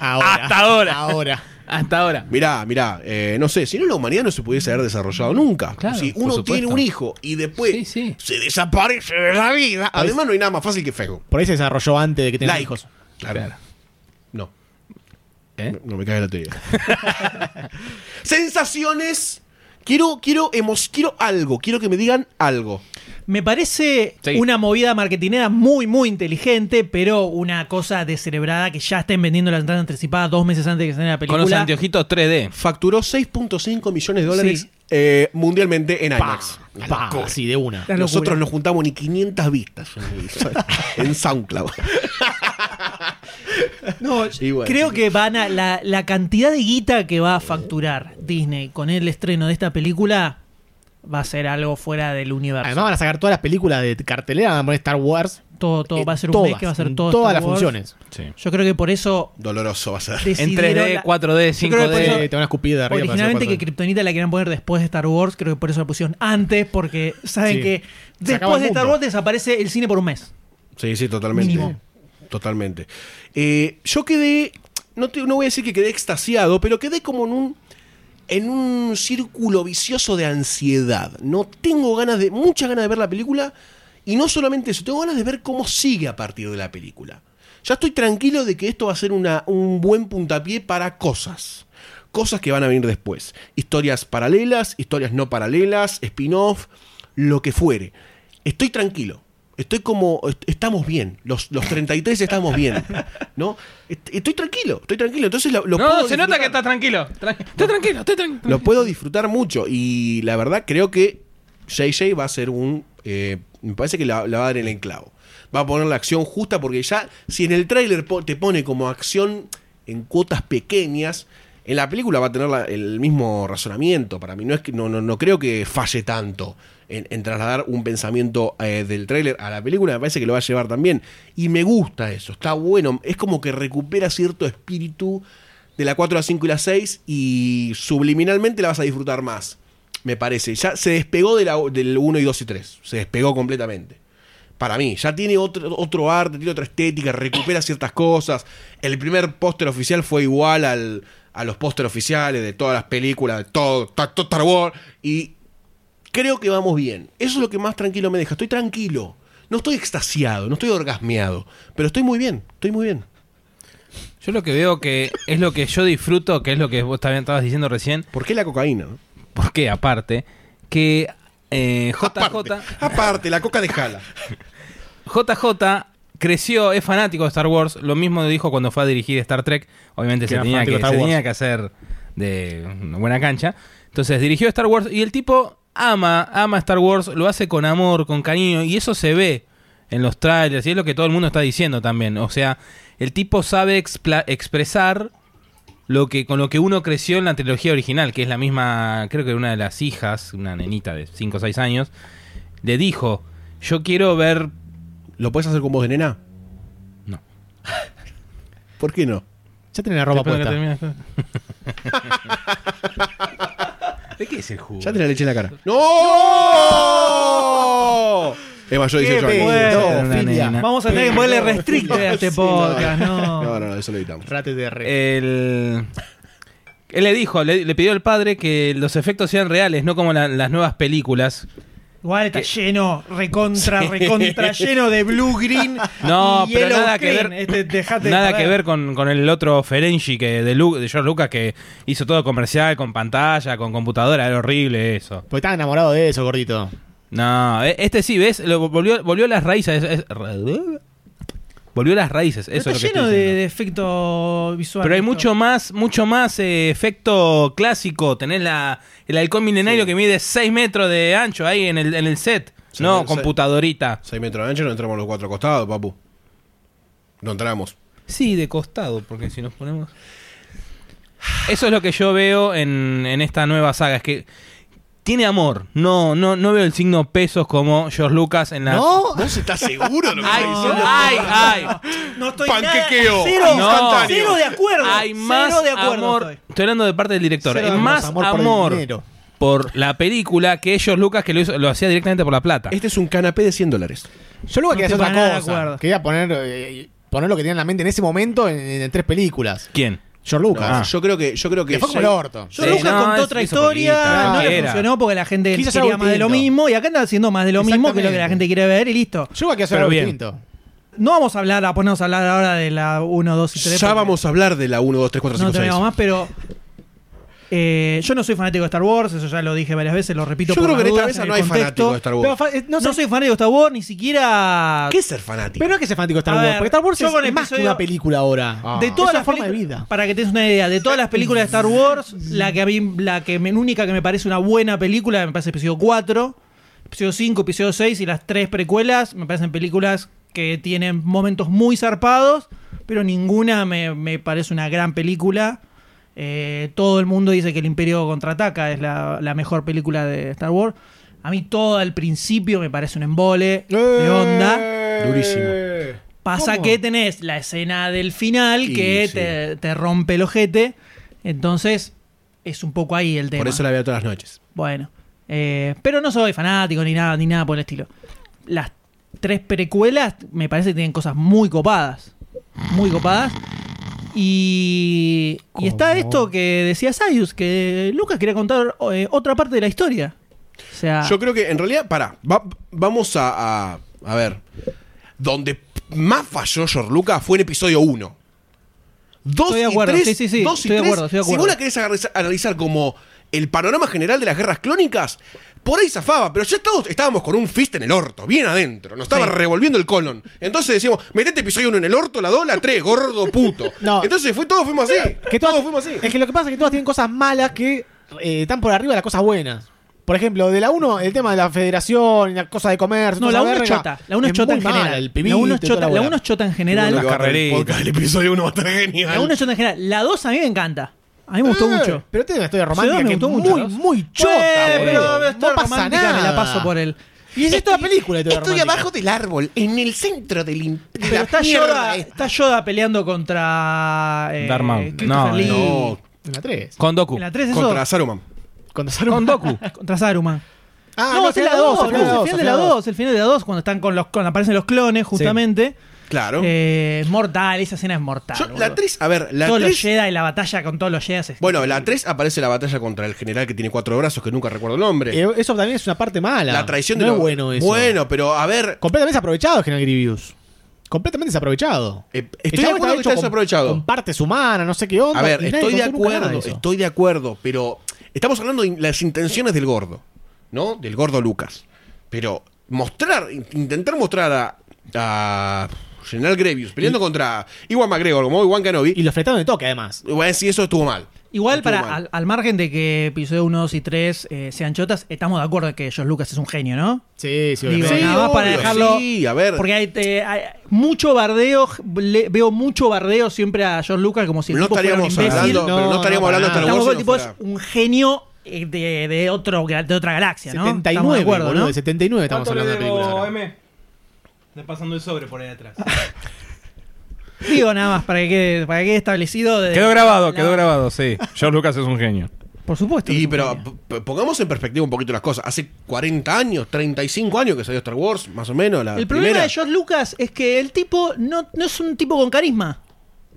[SPEAKER 2] Ahora.
[SPEAKER 7] Hasta ahora.
[SPEAKER 2] Ahora.
[SPEAKER 7] Hasta ahora.
[SPEAKER 5] Mirá, mirá, eh, no sé, si no la humanidad no se pudiese haber desarrollado nunca.
[SPEAKER 7] Claro,
[SPEAKER 5] si
[SPEAKER 7] por
[SPEAKER 5] uno
[SPEAKER 7] supuesto.
[SPEAKER 5] tiene un hijo y después
[SPEAKER 7] Sí, sí.
[SPEAKER 5] se desaparece de la vida, además no hay nada más fácil que Facebook.
[SPEAKER 2] Por ahí se desarrolló antes de que tenga
[SPEAKER 5] Like.
[SPEAKER 2] hijos.
[SPEAKER 5] Claro. No.
[SPEAKER 7] ¿Eh?
[SPEAKER 5] No, no me cae la teoría. Sensaciones. Quiero, quiero, hemos, quiero algo. Quiero que me digan algo.
[SPEAKER 6] Me parece
[SPEAKER 7] Sí.
[SPEAKER 6] una movida marketinera muy, muy inteligente, pero una cosa descerebrada que ya estén vendiendo la entrada anticipada dos meses antes de que se la película.
[SPEAKER 7] Con los anteojitos 3D.
[SPEAKER 5] Facturó 6.5 millones de dólares
[SPEAKER 6] Sí.
[SPEAKER 5] eh, mundialmente en
[SPEAKER 2] Pa,
[SPEAKER 5] IMAX. Una
[SPEAKER 2] pa,
[SPEAKER 5] locura.
[SPEAKER 2] así de una.
[SPEAKER 6] La locura.
[SPEAKER 5] Nosotros no juntamos ni 500 vistas en SoundCloud.
[SPEAKER 6] No,
[SPEAKER 5] Y bueno.
[SPEAKER 6] creo que van a la, la cantidad de guita que va a facturar Disney con el estreno de esta película va a ser algo fuera del universo.
[SPEAKER 2] Además van a sacar todas las películas de cartelera, van a poner Star Wars.
[SPEAKER 6] todo, todo
[SPEAKER 2] eh,
[SPEAKER 6] va a ser un
[SPEAKER 2] todas,
[SPEAKER 6] mes que va a ser
[SPEAKER 2] en
[SPEAKER 6] todo
[SPEAKER 2] todas
[SPEAKER 6] Star
[SPEAKER 2] las
[SPEAKER 6] Wars.
[SPEAKER 2] funciones.
[SPEAKER 6] Yo creo que por eso
[SPEAKER 5] Doloroso va a ser.
[SPEAKER 7] En
[SPEAKER 6] decidieron
[SPEAKER 7] 3D,
[SPEAKER 6] la-
[SPEAKER 7] 4D,
[SPEAKER 6] Yo creo que por
[SPEAKER 7] 5D.
[SPEAKER 6] eso-
[SPEAKER 2] Eh, te van a escupir de arriba. para hacer
[SPEAKER 6] Originalmente que
[SPEAKER 2] cuatro.
[SPEAKER 6] Kryptonita la querían poner después de Star Wars, creo que por eso la pusieron antes, porque saben
[SPEAKER 2] Sí.
[SPEAKER 6] que
[SPEAKER 2] Se acaba
[SPEAKER 6] después
[SPEAKER 2] el
[SPEAKER 6] de Star
[SPEAKER 2] mundo.
[SPEAKER 6] Wars desaparece el cine por un mes.
[SPEAKER 5] Sí, sí, totalmente.
[SPEAKER 6] Mínimo.
[SPEAKER 5] Totalmente. Eh, yo quedé, no, te- no voy a decir que quedé extasiado, pero quedé como en un, en un círculo vicioso de ansiedad. No tengo ganas de, muchas ganas de ver la película y no solamente eso, tengo ganas de ver cómo sigue a partir de la película. Ya estoy tranquilo de que esto va a ser una, un buen puntapié para cosas. Cosas que van a venir después. Historias paralelas, historias no paralelas, spin-off, lo que fuere. Estoy tranquilo. Estoy como. est- Estamos bien. Los, los 33 estamos bien. ¿No? Est- Estoy tranquilo. Estoy tranquilo. Entonces lo, lo
[SPEAKER 7] No,
[SPEAKER 5] puedo
[SPEAKER 7] se nota
[SPEAKER 5] disfrutar.
[SPEAKER 7] que estás tranquilo. Tran- Estoy tranquilo, estoy tranquilo.
[SPEAKER 5] Lo puedo disfrutar mucho. Y la verdad, creo que JJ va a ser un. eh, me parece que la, la va a dar en el enclavo. Va a poner la acción justa porque ya, si en el tráiler po- te pone como acción en cuotas pequeñas, en la película va a tener la- el mismo razonamiento. Para mí, no es que no, no, no creo que falle tanto en, en trasladar un pensamiento eh, del tráiler a la película. Me parece que lo va a llevar también. Y me gusta eso, está bueno. Es como que recupera cierto espíritu de la 4 a la 5 y la 6 y subliminalmente la vas a disfrutar más, me parece. Ya se despegó de la, del 1 y 2 y 3, se despegó completamente. Para mí, ya tiene otro, otro arte, tiene otra estética, recupera ciertas cosas. El primer póster oficial fue igual al, a los pósteres oficiales de todas las películas, de todo, ta- todo Star Wars. Y creo que vamos bien. Eso es lo que más tranquilo me deja. Estoy tranquilo. No estoy extasiado, no estoy orgasmeado. Pero estoy muy bien, estoy muy bien.
[SPEAKER 7] Yo lo que veo que es lo que yo disfruto, que es lo que vos también estabas diciendo recién,
[SPEAKER 5] ¿Por qué la cocaína? no?
[SPEAKER 7] porque aparte, que eh,
[SPEAKER 5] Aparte,
[SPEAKER 7] JJ,
[SPEAKER 5] aparte, la coca de jala.
[SPEAKER 7] JJ creció, es fanático de Star Wars, lo mismo dijo cuando fue a dirigir Star Trek, obviamente
[SPEAKER 2] Que
[SPEAKER 7] se
[SPEAKER 2] era
[SPEAKER 7] tenía,
[SPEAKER 2] fanático
[SPEAKER 7] que,
[SPEAKER 2] de Star
[SPEAKER 7] se
[SPEAKER 2] Wars.
[SPEAKER 7] tenía que hacer de una buena cancha. Entonces dirigió Star Wars y el tipo ama, ama Star Wars, lo hace con amor, con cariño y eso se ve en los trailers y es lo que todo el mundo está diciendo también. O sea, el tipo sabe expla- expresar lo que con lo que uno creció en la trilogía original, que es la misma, creo que una de las hijas, una nenita de 5 o 6 años, le dijo, "Yo quiero ver
[SPEAKER 5] ¿Lo puedes hacer con voz de nena?
[SPEAKER 7] No.
[SPEAKER 5] ¿Por qué no?
[SPEAKER 2] Ya tienen la ropa
[SPEAKER 7] Espero que
[SPEAKER 2] puesta.
[SPEAKER 7] termine. ¿De qué es el jugo?
[SPEAKER 5] Ya te la leche en la cara. ¡No! Emma, yo dije
[SPEAKER 2] Qué
[SPEAKER 5] yo.
[SPEAKER 2] pedo.
[SPEAKER 5] No,
[SPEAKER 7] Una
[SPEAKER 2] Filia.
[SPEAKER 7] nena.
[SPEAKER 6] Vamos a tener que ponerle restricte a este podcast, no.
[SPEAKER 5] no, no, eso lo evitamos.
[SPEAKER 2] Rate de re.
[SPEAKER 6] Eh.
[SPEAKER 7] El- Él le dijo, le, le pidió al padre que los efectos sean reales, no como la- las nuevas películas.
[SPEAKER 6] Igual está lleno, recontra, recontra, lleno de blue, green.
[SPEAKER 7] No,
[SPEAKER 6] Ah, y
[SPEAKER 7] pero
[SPEAKER 6] yellow
[SPEAKER 7] nada que
[SPEAKER 6] green.
[SPEAKER 7] ver.
[SPEAKER 6] Este, dejate de
[SPEAKER 7] nada
[SPEAKER 6] joder.
[SPEAKER 7] que ver con, con el otro Ferengi que de, Lu- de George Lucas que hizo todo comercial, con pantalla, con computadora, era horrible eso.
[SPEAKER 2] Porque estaba enamorado de eso, gordito.
[SPEAKER 7] No, e- este sí, ¿ves? Lo volvió, volvió a las raíces. es- es- volvió a las raíces,
[SPEAKER 6] Pero
[SPEAKER 7] eso es lo
[SPEAKER 6] está
[SPEAKER 7] que estoy
[SPEAKER 6] lleno de,
[SPEAKER 7] diciendo.
[SPEAKER 6] de efecto visual.
[SPEAKER 7] Pero hay
[SPEAKER 6] esto.
[SPEAKER 7] mucho más, mucho más eh, efecto clásico. Tenés la, el halcón milenario que mide 6 metros de ancho ahí en el, en el set.
[SPEAKER 5] Sí,
[SPEAKER 7] no,
[SPEAKER 5] sí.
[SPEAKER 7] computadorita.
[SPEAKER 5] 6 metros de ancho, no entramos los cuatro costados, papu. No entramos.
[SPEAKER 7] Sí, de costado, porque si nos ponemos... Eso es lo que yo veo en, en esta nueva saga. Es que tiene amor. No, no, no veo el signo pesos como George Lucas en la...
[SPEAKER 2] ¿No?
[SPEAKER 5] ¿Vos estás seguro de lo
[SPEAKER 7] Ay,
[SPEAKER 5] estás diciendo?
[SPEAKER 7] ay, ay.
[SPEAKER 6] No estoy
[SPEAKER 5] Panquequeo.
[SPEAKER 6] nada, cero,
[SPEAKER 7] No.
[SPEAKER 6] instantáneo. cero de acuerdo.
[SPEAKER 7] Hay
[SPEAKER 6] cero
[SPEAKER 7] más
[SPEAKER 6] de acuerdo
[SPEAKER 7] amor.
[SPEAKER 6] estoy.
[SPEAKER 7] Estoy. hablando de parte del director.
[SPEAKER 2] Cero
[SPEAKER 7] Hay
[SPEAKER 2] amor,
[SPEAKER 7] más amor,
[SPEAKER 2] amor por el dinero.
[SPEAKER 7] por, la película que ellos, Lucas, que lo, hizo- lo hacía directamente por la plata.
[SPEAKER 5] Este es un canapé de 100 dólares.
[SPEAKER 2] Yo luego quería
[SPEAKER 6] estoy
[SPEAKER 2] hacer
[SPEAKER 6] para
[SPEAKER 2] otra
[SPEAKER 6] nada de acuerdo.
[SPEAKER 2] cosa. Quería poner, eh, poner lo que tenía en la mente en ese momento en, en tres películas.
[SPEAKER 7] ¿Quién?
[SPEAKER 2] George Lucas.
[SPEAKER 5] No, Ah. Yo creo que. Yo creo que
[SPEAKER 2] Que fue como el orto.
[SPEAKER 6] Yo nunca
[SPEAKER 7] no,
[SPEAKER 6] contó
[SPEAKER 7] es-
[SPEAKER 6] otra
[SPEAKER 7] hizo
[SPEAKER 6] historia,
[SPEAKER 7] política,
[SPEAKER 6] no le
[SPEAKER 7] cualquiera.
[SPEAKER 6] funcionó porque la gente
[SPEAKER 2] Quiso hacer
[SPEAKER 6] quería
[SPEAKER 2] algo
[SPEAKER 6] más de lo
[SPEAKER 2] distinto.
[SPEAKER 6] mismo y acá anda haciendo más de lo mismo que lo que la gente quiere ver y listo.
[SPEAKER 2] Yo voy a que hacer
[SPEAKER 7] Pero
[SPEAKER 2] algo
[SPEAKER 7] bien.
[SPEAKER 2] distinto.
[SPEAKER 6] No vamos a hablar, a ponernos a hablar ahora de la 1, 2 y 3.
[SPEAKER 5] Ya vamos a hablar de la 1, 2, 3, 4,
[SPEAKER 6] No
[SPEAKER 5] 5, 6.
[SPEAKER 6] tenemos más, pero eh, yo no soy fanático de Star Wars, eso ya lo dije varias veces, lo repito
[SPEAKER 5] Yo
[SPEAKER 6] por
[SPEAKER 5] creo
[SPEAKER 6] las
[SPEAKER 5] que en
[SPEAKER 6] dudas,
[SPEAKER 5] esta mesa
[SPEAKER 6] el
[SPEAKER 5] no hay
[SPEAKER 6] contexto.
[SPEAKER 5] fanático de Star Wars.
[SPEAKER 6] Pero fa- eh, no, soy fanático de Star Wars, ni siquiera...
[SPEAKER 5] ¿Qué es ser fanático?
[SPEAKER 2] Pero no es que sea fanático de Star
[SPEAKER 6] A
[SPEAKER 2] Wars,
[SPEAKER 6] ver,
[SPEAKER 2] porque Star Wars
[SPEAKER 6] yo
[SPEAKER 2] es
[SPEAKER 6] con el
[SPEAKER 2] más que
[SPEAKER 6] episodio-
[SPEAKER 2] una película ahora. Ah.
[SPEAKER 6] De todas
[SPEAKER 2] es una
[SPEAKER 6] las
[SPEAKER 2] forma de
[SPEAKER 6] pelicu-
[SPEAKER 2] vida.
[SPEAKER 6] Para que te des una idea, de todas las películas de Star Wars, la que a mí, la que me- única que me parece una buena película, me parece episodio 4, episodio 5, episodio 6 y las tres precuelas, me parecen películas que tienen momentos muy zarpados, pero ninguna me, me parece una gran película. Eh, todo el mundo dice que el Imperio contraataca es la, la mejor película de Star Wars. A mí todo al principio me parece un embole
[SPEAKER 2] Eh.
[SPEAKER 6] de onda.
[SPEAKER 5] Durísimo.
[SPEAKER 6] Pasa
[SPEAKER 2] ¿Cómo?
[SPEAKER 6] que tenés la escena del final
[SPEAKER 5] Y
[SPEAKER 6] que
[SPEAKER 5] sí.
[SPEAKER 6] te, te rompe el ojete. Entonces, es un poco ahí el tema.
[SPEAKER 5] Por eso la veo todas las noches.
[SPEAKER 6] Bueno. eh, pero no soy fanático ni nada, ni nada por el estilo. Las tres precuelas me parece que tienen cosas muy copadas. Muy copadas. Y, y está esto que decía Sayus, que Lucas quería contar eh, otra parte de la historia. O sea,
[SPEAKER 5] Yo creo que en realidad, pará, va- vamos a, a. a ver. Donde más falló George Lucas fue en episodio 1. 2
[SPEAKER 6] Estoy de
[SPEAKER 5] y
[SPEAKER 6] acuerdo,
[SPEAKER 5] 3.
[SPEAKER 6] sí, sí, sí,
[SPEAKER 5] dos y
[SPEAKER 6] estoy de
[SPEAKER 5] tres,
[SPEAKER 6] acuerdo, estoy de
[SPEAKER 5] Si
[SPEAKER 6] acuerdo.
[SPEAKER 5] vos la querés agarra- analizar como el panorama general de las guerras clónicas, por ahí zafaba, pero ya todos estábamos con un fist en el orto, bien adentro. Nos estaba
[SPEAKER 6] Sí.
[SPEAKER 5] revolviendo el colon. Entonces decíamos, metete episodio 1 en el orto, la 2, la 3, gordo puto.
[SPEAKER 2] No.
[SPEAKER 5] Entonces fue, todos fuimos así.
[SPEAKER 2] Que todas-
[SPEAKER 5] todos fuimos así.
[SPEAKER 2] Es que lo que pasa es que todas tienen cosas malas que eh, están por arriba de las cosas buenas. Por ejemplo, de la 1, el tema de la federación y la cosa de comercio. toda
[SPEAKER 6] no, la
[SPEAKER 2] esa
[SPEAKER 6] 1 es
[SPEAKER 2] verga,
[SPEAKER 6] chota. La 1 es chota
[SPEAKER 2] muy
[SPEAKER 6] en
[SPEAKER 2] mala,
[SPEAKER 6] general.
[SPEAKER 2] el pibito
[SPEAKER 6] la 1 es
[SPEAKER 2] y toda
[SPEAKER 6] chota,
[SPEAKER 2] la
[SPEAKER 6] la
[SPEAKER 2] bola.
[SPEAKER 6] 1 es chota en general.
[SPEAKER 5] Lo que va a tener el
[SPEAKER 7] carreritas.
[SPEAKER 5] podcast, El episodio 1 va a estar genial.
[SPEAKER 6] La 1 es chota en general. La 2 a mí me encanta. A mí me gustó
[SPEAKER 2] Eh,
[SPEAKER 6] mucho.
[SPEAKER 2] Pero tiene una historia romántica
[SPEAKER 6] Sí, me
[SPEAKER 2] que es
[SPEAKER 6] gustó
[SPEAKER 2] muy,
[SPEAKER 6] mucho, ¿no?
[SPEAKER 2] muy
[SPEAKER 6] Che,
[SPEAKER 2] chota.
[SPEAKER 6] pero
[SPEAKER 2] boludo.
[SPEAKER 6] esto
[SPEAKER 2] no pasa
[SPEAKER 6] romántica
[SPEAKER 2] nada.
[SPEAKER 6] me la paso por él.
[SPEAKER 2] Y es esto la película de historia romántica.
[SPEAKER 5] del árbol, en el centro del. in- de
[SPEAKER 6] Pero
[SPEAKER 5] la
[SPEAKER 6] está
[SPEAKER 5] mierda
[SPEAKER 6] Yoda,
[SPEAKER 5] esta.
[SPEAKER 6] está Yoda peleando contra. Eh,
[SPEAKER 7] Darth Maul.
[SPEAKER 6] Christopher
[SPEAKER 7] No,
[SPEAKER 6] Lee.
[SPEAKER 5] No,
[SPEAKER 2] En la 3.
[SPEAKER 7] Con Doku.
[SPEAKER 6] En la 3
[SPEAKER 5] contra
[SPEAKER 6] eso.
[SPEAKER 5] Saruman.
[SPEAKER 2] Cuando
[SPEAKER 7] Con Doku.
[SPEAKER 6] Contra Saruman.
[SPEAKER 2] Ah,
[SPEAKER 6] no, es
[SPEAKER 2] fue
[SPEAKER 6] en la 2.
[SPEAKER 2] fue
[SPEAKER 6] El final de la
[SPEAKER 2] fue
[SPEAKER 6] 2. El final de la 2, cuando están con los. Cuando aparecen los clones, justamente.
[SPEAKER 5] Claro.
[SPEAKER 6] Eh, mortal, esa escena es mortal.
[SPEAKER 5] Yo- la
[SPEAKER 6] boludo.
[SPEAKER 5] 3, a ver, la
[SPEAKER 6] todos los
[SPEAKER 5] 3.
[SPEAKER 6] Jedi, la batalla con todos los Jedi. es-
[SPEAKER 5] Bueno, la 3 aparece la batalla contra el general que tiene cuatro brazos, que nunca recuerdo el nombre.
[SPEAKER 2] Eh, Eso también es una parte mala.
[SPEAKER 5] la traición
[SPEAKER 2] no
[SPEAKER 5] de
[SPEAKER 2] es
[SPEAKER 5] los-
[SPEAKER 2] bueno eso.
[SPEAKER 5] Bueno, pero a ver.
[SPEAKER 2] Completamente desaprovechado General Grievous. Completamente desaprovechado.
[SPEAKER 5] eh,
[SPEAKER 2] El
[SPEAKER 5] estoy de
[SPEAKER 2] chabón
[SPEAKER 5] acuerdo que
[SPEAKER 2] hecho
[SPEAKER 5] está
[SPEAKER 2] con-
[SPEAKER 5] desaprovechado.
[SPEAKER 2] Con partes humanas, no sé qué onda.
[SPEAKER 5] A ver,
[SPEAKER 2] y nadie
[SPEAKER 5] estoy de
[SPEAKER 2] contó nunca nada
[SPEAKER 5] acuerdo,
[SPEAKER 2] de eso.
[SPEAKER 5] estoy de acuerdo, pero estamos hablando de las intenciones del gordo, ¿no? Del gordo Lucas. Pero mostrar, in- intentar mostrar a, a General Grevius peleando contra Iwan McGregor como Iwan Kenobi,
[SPEAKER 2] Y lo fletaron de toque, además.
[SPEAKER 5] voy a decir eso estuvo mal.
[SPEAKER 6] Igual,
[SPEAKER 5] Estuvo
[SPEAKER 6] para,
[SPEAKER 5] mal.
[SPEAKER 6] al, al margen de que episodio 1, 2 y 3 eh, sean chotas, estamos de acuerdo en que George Lucas es un genio, ¿no?
[SPEAKER 2] Sí, sí,
[SPEAKER 6] Digo,
[SPEAKER 5] Sí,
[SPEAKER 2] obviamente.
[SPEAKER 6] nada más para
[SPEAKER 5] obvio,
[SPEAKER 6] dejarlo.
[SPEAKER 5] sí, a ver.
[SPEAKER 6] Porque hay, eh, hay mucho bardeo. le- veo mucho bardeo siempre a George Lucas como si el
[SPEAKER 5] no
[SPEAKER 6] tipo fuera un
[SPEAKER 5] estaríamos
[SPEAKER 6] imbécil.
[SPEAKER 5] hablando, pero
[SPEAKER 2] No,
[SPEAKER 5] no,
[SPEAKER 2] no,
[SPEAKER 5] estaríamos
[SPEAKER 2] para nada.
[SPEAKER 5] hablando de Star
[SPEAKER 6] Estamos
[SPEAKER 5] Wars
[SPEAKER 6] con el
[SPEAKER 5] si
[SPEAKER 6] tipo
[SPEAKER 5] no
[SPEAKER 6] es
[SPEAKER 5] fuera-
[SPEAKER 6] un genio eh, de, de otro, de otra galaxia, ¿no? Estamos
[SPEAKER 2] 79,
[SPEAKER 6] de acuerdo,
[SPEAKER 2] boludo,
[SPEAKER 6] ¿no?
[SPEAKER 2] de 79 estamos hablando de película. ahora.
[SPEAKER 7] Está pasando el sobre por ahí atrás.
[SPEAKER 6] Digo nada más para que quede, para que quede establecido. de-
[SPEAKER 7] Quedó grabado,
[SPEAKER 6] la-
[SPEAKER 7] quedó grabado, sí. George Lucas es un genio.
[SPEAKER 6] Por supuesto. que es
[SPEAKER 5] Y
[SPEAKER 6] un
[SPEAKER 5] pero
[SPEAKER 6] genio.
[SPEAKER 5] p- p- pongamos en perspectiva un poquito las cosas. Hace 40 años, 35 años que salió Star Wars, más o menos. La
[SPEAKER 6] El problema
[SPEAKER 5] primera.
[SPEAKER 6] de George Lucas es que el tipo no, no es un tipo con carisma.